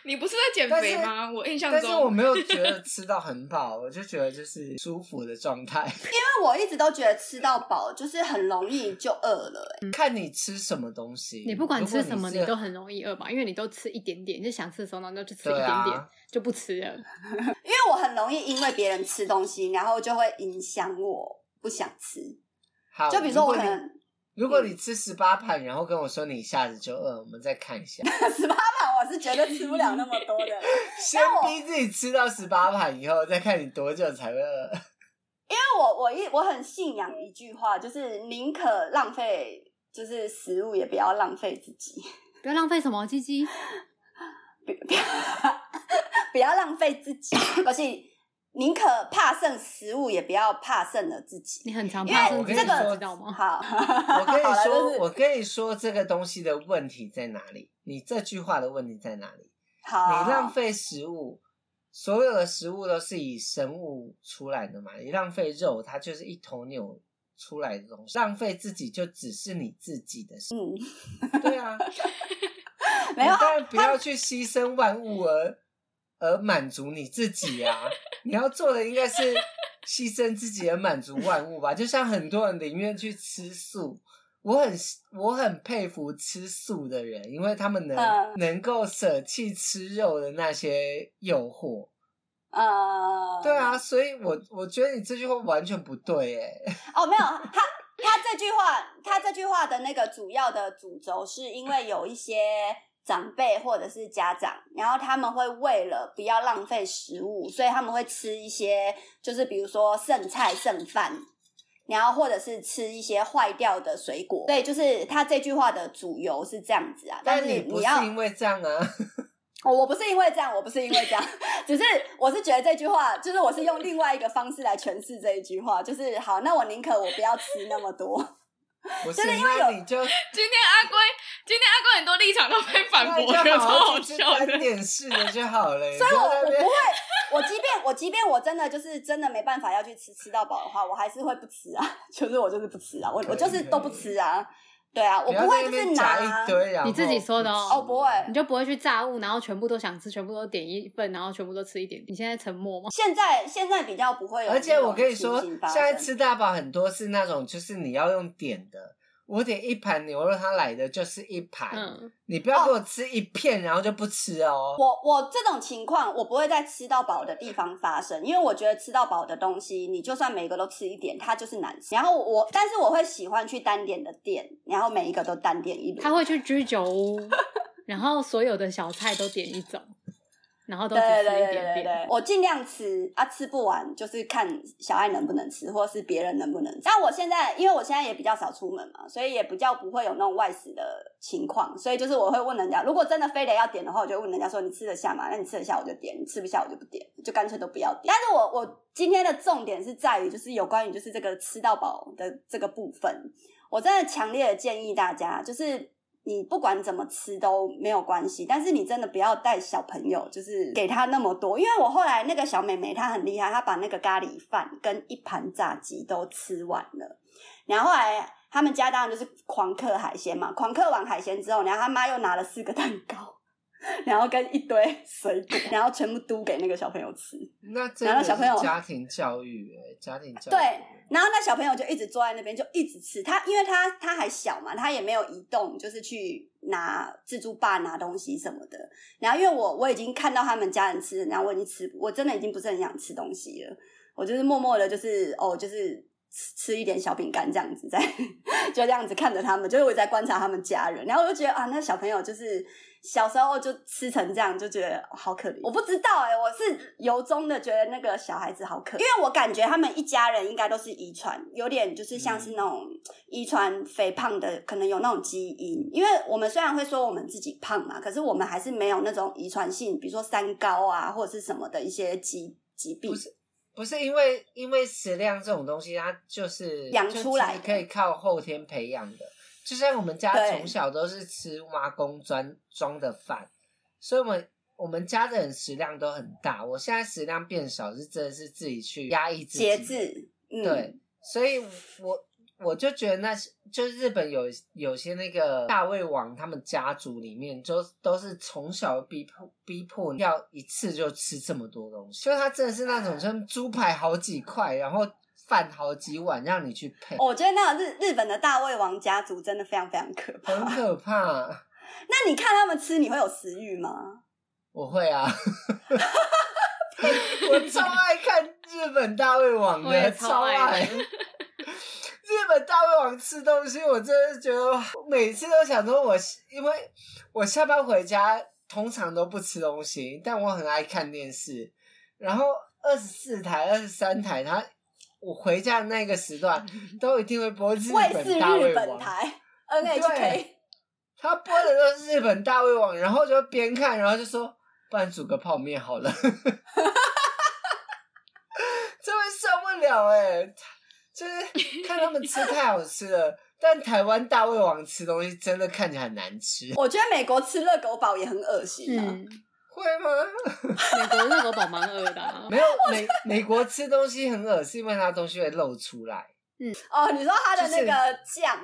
[SPEAKER 1] 你不是在减
[SPEAKER 3] 但
[SPEAKER 1] 肥
[SPEAKER 3] 是
[SPEAKER 1] 吗？我印象
[SPEAKER 3] 但是我
[SPEAKER 1] 中，
[SPEAKER 3] 没有觉得吃到很饱，我就觉得就是舒服的状态。
[SPEAKER 2] 因为我一直都觉得吃到饱就是很容易就饿了、欸
[SPEAKER 3] 看你吃什么东西，
[SPEAKER 4] 嗯你不管吃什
[SPEAKER 3] 如
[SPEAKER 4] 么，
[SPEAKER 3] 果
[SPEAKER 4] 你
[SPEAKER 3] 你
[SPEAKER 4] 都很容易饿吧？因为你都吃一点点，就想吃的时候，然后就去吃一
[SPEAKER 3] 对
[SPEAKER 4] 点点，
[SPEAKER 3] 啊。
[SPEAKER 4] 就不吃了。
[SPEAKER 2] 因为我很容易因为别人吃东西，然后就会影响我不想吃。
[SPEAKER 4] 哦
[SPEAKER 3] 好，
[SPEAKER 2] 就比如说我
[SPEAKER 3] 如
[SPEAKER 2] 可
[SPEAKER 3] 果你
[SPEAKER 2] 能
[SPEAKER 3] 如果你吃十八盘，然后跟我说你一下子就饿，我们再看一下，
[SPEAKER 2] 十八盘啊我是绝对吃不了那么
[SPEAKER 4] [laughs]
[SPEAKER 2] 多的啦，
[SPEAKER 3] 先逼自己吃到十八盘以后，再看你多久才
[SPEAKER 2] [laughs]
[SPEAKER 3] 会饿。
[SPEAKER 2] 因为我我一我很信仰一句话，就是宁可浪费就是食物，也不要浪费自己，
[SPEAKER 4] 不要浪费什么鸡鸡，
[SPEAKER 2] [laughs] 不要浪费自己， [coughs] 不是宁可怕剩食物，也不要怕剩了自己。
[SPEAKER 4] 你很常
[SPEAKER 2] 因
[SPEAKER 4] 怕生
[SPEAKER 2] 为
[SPEAKER 4] 自
[SPEAKER 2] 这
[SPEAKER 4] 己，
[SPEAKER 2] 个
[SPEAKER 4] 知道吗？
[SPEAKER 2] 好， [laughs]
[SPEAKER 3] 我
[SPEAKER 2] 我
[SPEAKER 3] 跟你
[SPEAKER 2] 好啦就
[SPEAKER 3] 说，
[SPEAKER 2] 是
[SPEAKER 3] 我跟你说这个东西的问题在哪里？你这句话的问题在哪里？
[SPEAKER 2] 好，
[SPEAKER 3] 你浪费食物，所有的食物都是以生物出来的嘛。你浪费肉，它就是一头牛出来的东西。浪费自己，就只是你自己的事。
[SPEAKER 2] 嗯
[SPEAKER 3] 对啊，
[SPEAKER 2] 没有
[SPEAKER 3] 你当
[SPEAKER 2] 啊
[SPEAKER 3] 然不要去牺牲万物而而满足你自
[SPEAKER 2] [laughs]
[SPEAKER 3] 己啊！你要做的应该是牺牲自己而满足万物吧。就像很多人宁愿去吃素，我很我很佩服吃素的人，因为他们能、
[SPEAKER 2] 嗯
[SPEAKER 3] 能够舍弃吃肉的那些诱惑。
[SPEAKER 2] 呃，
[SPEAKER 3] 对啊，所以我我觉得你这句话完全不对诶、
[SPEAKER 2] 哦，没有，他他这句话，他这句话的那个主要的主轴，是因为有一些长辈或者是家长，然后他们会为了不要浪费食物，所以他们会吃一些，就是比如说剩菜剩饭。然后或者是吃一些坏掉的水果，对，就是他这句话的主由是这样子啊。 [laughs] 但
[SPEAKER 3] 但
[SPEAKER 2] 是
[SPEAKER 3] 你不
[SPEAKER 2] 你
[SPEAKER 3] 是
[SPEAKER 2] 要，
[SPEAKER 3] 因为这
[SPEAKER 2] [laughs]
[SPEAKER 3] 样啊，
[SPEAKER 2] 哦，我不是因为这样，我不是因为这样，只是我是觉得这句话，就是我是用另外一个方式来诠释这一句话，就是好，那我宁可我不要吃那么多。
[SPEAKER 3] [laughs] 不是
[SPEAKER 2] 真的因为
[SPEAKER 3] 那
[SPEAKER 2] 有
[SPEAKER 3] 你就
[SPEAKER 1] 今天阿龟，今天阿龟很多立场都被 [laughs] 反
[SPEAKER 3] 那你
[SPEAKER 1] 驳
[SPEAKER 3] 就
[SPEAKER 1] 了，超
[SPEAKER 3] 好好
[SPEAKER 1] 好
[SPEAKER 3] 去吃
[SPEAKER 1] 笑
[SPEAKER 3] 单
[SPEAKER 1] 的。
[SPEAKER 3] 点式的就好了。所
[SPEAKER 2] 所以我我不会，我即便我即便我真的就是真的没办法要去吃吃到饱的话，我还是会不吃啊， [laughs] 就是我就是不吃啊，我
[SPEAKER 3] 可以
[SPEAKER 2] 我就是都不吃啊，对啊，我
[SPEAKER 3] 你要
[SPEAKER 2] 不会
[SPEAKER 3] 在那
[SPEAKER 2] 就
[SPEAKER 3] 边
[SPEAKER 2] 是
[SPEAKER 3] 夹
[SPEAKER 2] 拿
[SPEAKER 3] 一堆，然后
[SPEAKER 4] 你自己说的哦
[SPEAKER 3] 吃
[SPEAKER 2] 哦不会
[SPEAKER 4] 你就不会去炸物，然后全部都想吃，全部都点一份，然后全部都吃一点。你现在沉默吗？
[SPEAKER 2] 现在现在比较不会有，
[SPEAKER 3] 而且我跟你说，
[SPEAKER 2] 现
[SPEAKER 3] 现在吃大堡很多是那种，就是你要用点的。我点一盘牛肉，它来的就是一盘，
[SPEAKER 4] 嗯，
[SPEAKER 3] 你不要给我吃一片，然后就不吃哦。
[SPEAKER 2] 我我这种情况，我不会在吃到饱的地方发生，因为我觉得吃到饱的东西，你就算每个都吃一点，它就是难吃。然后我，但是我会喜欢去单点的店，然后每一个都单点一轮。
[SPEAKER 4] 他会去居酒屋，然后所有的小菜都点一种，然后都
[SPEAKER 2] 对
[SPEAKER 4] 只吃
[SPEAKER 2] 对对
[SPEAKER 4] 一
[SPEAKER 2] 对
[SPEAKER 4] 点
[SPEAKER 2] 对
[SPEAKER 4] 点
[SPEAKER 2] 对，。我尽量吃啊，吃不完就是看小爱能不能吃，或是别人能不能吃。但我现在，因为我现在也比较少出门嘛，所以也比较不会有那种外食的情况，所以就是我会问人家，如果真的非得要点的话，我就会问人家说你吃得下吗？那你吃得下我就点，你吃不下我就不点，就干脆都不要点。但是我我今天的重点是在于，就是有关于就是这个吃到饱的这个部分，我真的强烈的建议大家，就是你不管怎么吃都没有关系，但是你真的不要带小朋友，就是给他那么多。因为我后来那个小妹妹她很厉害，她把那个咖喱饭跟一盘炸鸡都吃完了，然后后来他们家当然就是狂嗑海鲜嘛，狂嗑完海鲜之后，然后他妈又拿了四个蛋糕。 [laughs] 然后跟一堆水果，然后全部丢给那个小朋友吃。
[SPEAKER 3] 那真
[SPEAKER 2] 然
[SPEAKER 3] 的
[SPEAKER 2] 后小朋友
[SPEAKER 3] 是家庭教育、欸，家庭教育。
[SPEAKER 2] 对，然后那小朋友就一直坐在那边，就一直吃。他因为他他还小嘛，他也没有移动，就是去拿自助霸拿东西什么的。然后因为我我已经看到他们家人吃，然后我已经吃，我真的已经不是很想吃东西了。我就是默默的，就是哦，就是吃吃一点小饼干这样子，在 [laughs] 就这样子看着他们，就是我在观察他们家人，然后我就觉得啊，那小朋友就是小时候就吃成这样，就觉得、哦好可怜。我不知道哎、我是由衷的觉得那个小孩子好可怜，因为我感觉他们一家人应该都是遗传，有点就是像是那种遗传肥胖的，可能有那种基因。因为我们虽然会说我们自己胖嘛，可是我们还是没有那种遗传性，比如说三高啊或者是什么的一些疾疾病。
[SPEAKER 3] 不是因为因为食量这种东西，它就是
[SPEAKER 2] 养出来的
[SPEAKER 3] 就其实可以靠后天培养的。就像我们家
[SPEAKER 2] 对
[SPEAKER 3] 从小都是吃挖工砖装的饭，所以我们我们家的人食量都很大。我现在食量变少，是真的是自己去压抑自己
[SPEAKER 2] 节制，嗯，
[SPEAKER 3] 对，所以我我就觉得那些就是日本有有些那个大胃王他们家族里面就都是从小逼迫逼迫要一次就吃这么多东西，就他真的是那种像猪排好几块，然后饭好几碗让你去配，
[SPEAKER 2] 哦我觉得那个日日本的大胃王家族真的非常非常可怕。
[SPEAKER 3] 很可怕。
[SPEAKER 2] 那你看他们吃，你会有食欲吗？
[SPEAKER 3] 我会啊。我超爱看日本大胃王
[SPEAKER 4] 我也
[SPEAKER 3] 的，
[SPEAKER 4] 超
[SPEAKER 3] 超
[SPEAKER 4] 爱的
[SPEAKER 3] 爱。日本大胃王吃东西，我真的觉得我每次都想说我，因为我下班回家通常都不吃东西，但我很爱看电视。然后二十四台、二十三台，他我回家的那个时段都一定会播日
[SPEAKER 2] 卫视
[SPEAKER 3] 本大
[SPEAKER 2] 日
[SPEAKER 3] 胃
[SPEAKER 2] 本
[SPEAKER 3] 王。
[SPEAKER 2] 台
[SPEAKER 3] 对
[SPEAKER 2] NHK，
[SPEAKER 3] 他播的都是日本大胃王，然后就边看，然后就说，不然煮个泡面好了。 [laughs] 这会受不了哎、就是看他们吃太好吃了，但台湾大胃王吃东西真的看起来很难吃，
[SPEAKER 2] 我觉得美国吃热狗堡也很恶心啊。
[SPEAKER 4] 嗯，
[SPEAKER 3] 会吗？
[SPEAKER 4] 美国热狗堡蛮饿的、啊，
[SPEAKER 3] 没有美美国吃东西很恶心，因为它东西会漏出来。
[SPEAKER 2] 哦，你说它的那个酱，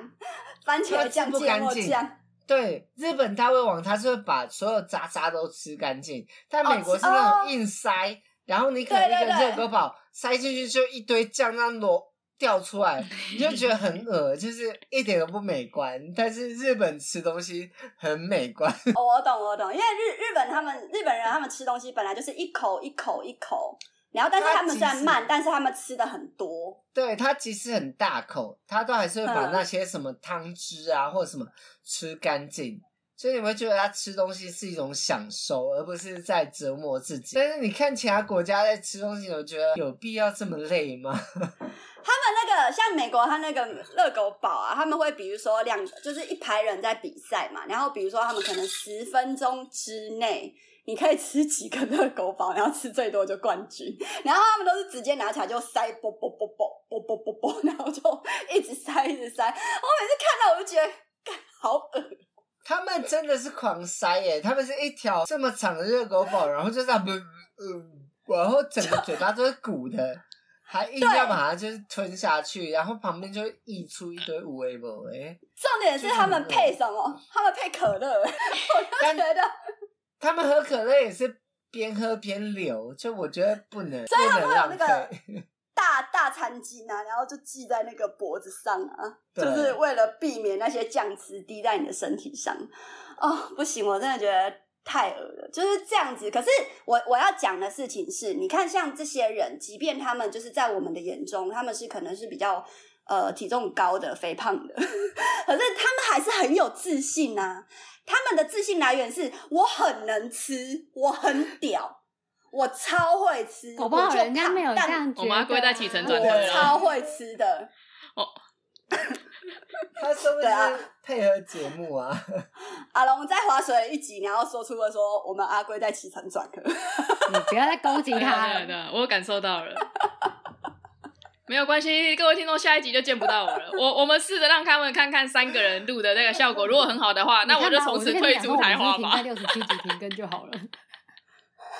[SPEAKER 2] 番
[SPEAKER 3] 它
[SPEAKER 2] 茄
[SPEAKER 3] 吃
[SPEAKER 2] 酱、
[SPEAKER 3] 不
[SPEAKER 2] 芥
[SPEAKER 3] 干
[SPEAKER 2] 末
[SPEAKER 3] 净
[SPEAKER 2] 酱，
[SPEAKER 3] 对，日本大胃王它是会把所有渣渣都吃干净，但
[SPEAKER 2] 哦
[SPEAKER 3] 美国是
[SPEAKER 2] 哦
[SPEAKER 3] 那种硬塞，然后你可能一
[SPEAKER 2] 对对
[SPEAKER 3] 个
[SPEAKER 2] 对
[SPEAKER 3] 热狗堡塞进去就一堆酱让裸掉出来，你就觉得很恶，就是一点都不美观。但是日本吃东西很美观，
[SPEAKER 2] 哦，我懂我懂，因为日日本他们日本人他们吃东西本来就是一口一口一口，然后但是
[SPEAKER 3] 它
[SPEAKER 2] 他们
[SPEAKER 3] 其
[SPEAKER 2] 虽然
[SPEAKER 3] 实
[SPEAKER 2] 慢，但是他们吃的很多。
[SPEAKER 3] 对它即使很大口，它都还是会把
[SPEAKER 2] 嗯
[SPEAKER 3] 那些什么汤汁啊或者什么吃干净。所以你会觉得他吃东西是一种享受，而不是在折磨自己。但是你看其他国家在吃东西，我觉得有必要这么累吗？
[SPEAKER 2] 他们
[SPEAKER 3] [laughs]
[SPEAKER 2] 那个像美国，他那个热狗堡啊，他们会比如说两个，就是一排人在比赛嘛，然后比如说他们可能十分钟之内，你可以吃几个热狗堡，然后吃最多就冠军。然后他们都是直接拿起来就塞，啵啵啵啵啵啵啵啵，然后就一直塞一直塞。我每次看到我就觉得，干好恶
[SPEAKER 3] 他们真的是狂塞耶！他们是一条这么长的热狗堡，然后就这样，嗯，然后整个嘴巴都是鼓的，还硬要把它就是吞下去，然后旁边就溢出一堆无为不哎。
[SPEAKER 2] 重点是他们配什么？他们配可乐，我就觉得
[SPEAKER 3] 他们喝可乐也是边喝边流，就我觉得不能，
[SPEAKER 2] 所以他们
[SPEAKER 3] 不能
[SPEAKER 2] 会有那
[SPEAKER 3] 浪
[SPEAKER 2] 个
[SPEAKER 3] 费。
[SPEAKER 2] 大大餐巾啊，然后就系在那个脖子上啊， [laughs] 就
[SPEAKER 3] 对
[SPEAKER 2] 是为了避免那些酱汁滴在你的身体上。哦，不行，我真的觉得太恶了，就是这样子。可是我我要讲的事情是，你看像这些人，即便他们就是在我们的眼中，他们是可能是比较呃体重高的、肥胖的， [laughs] 可是他们还是很有自信啊。他们的自信来源是我很能吃，我很屌，我超会吃，
[SPEAKER 4] 搞不好
[SPEAKER 2] 我就
[SPEAKER 4] 人家
[SPEAKER 2] 胖
[SPEAKER 4] 没有这
[SPEAKER 2] 但
[SPEAKER 4] 样觉得
[SPEAKER 1] 我
[SPEAKER 4] 啊、
[SPEAKER 1] 妈归在起承转
[SPEAKER 3] 合
[SPEAKER 2] 我
[SPEAKER 3] 了
[SPEAKER 2] 超会吃的，
[SPEAKER 3] 他是不
[SPEAKER 2] 对啊
[SPEAKER 3] 是配合节目啊？
[SPEAKER 2] 阿龙在划水一集，然后说出了说我们阿龟在起承转合，
[SPEAKER 4] 你不要再勾结
[SPEAKER 1] 对啊
[SPEAKER 4] 他
[SPEAKER 1] 对啊
[SPEAKER 4] 了。
[SPEAKER 1] 对啊，我感受到了。没有关系，各位听众，下一集就见不到我了。我我们试着让他们看看三个人录的那个效果，如果很好的话，那
[SPEAKER 4] 你看
[SPEAKER 1] 就
[SPEAKER 4] 吧
[SPEAKER 1] 从此
[SPEAKER 4] 跟你
[SPEAKER 1] 退
[SPEAKER 4] 讲
[SPEAKER 1] 出
[SPEAKER 4] 说我
[SPEAKER 1] 台
[SPEAKER 4] 们
[SPEAKER 1] 花
[SPEAKER 4] 是停在
[SPEAKER 1] 吧。
[SPEAKER 4] 六十七集停更就好
[SPEAKER 2] [laughs]
[SPEAKER 4] 了。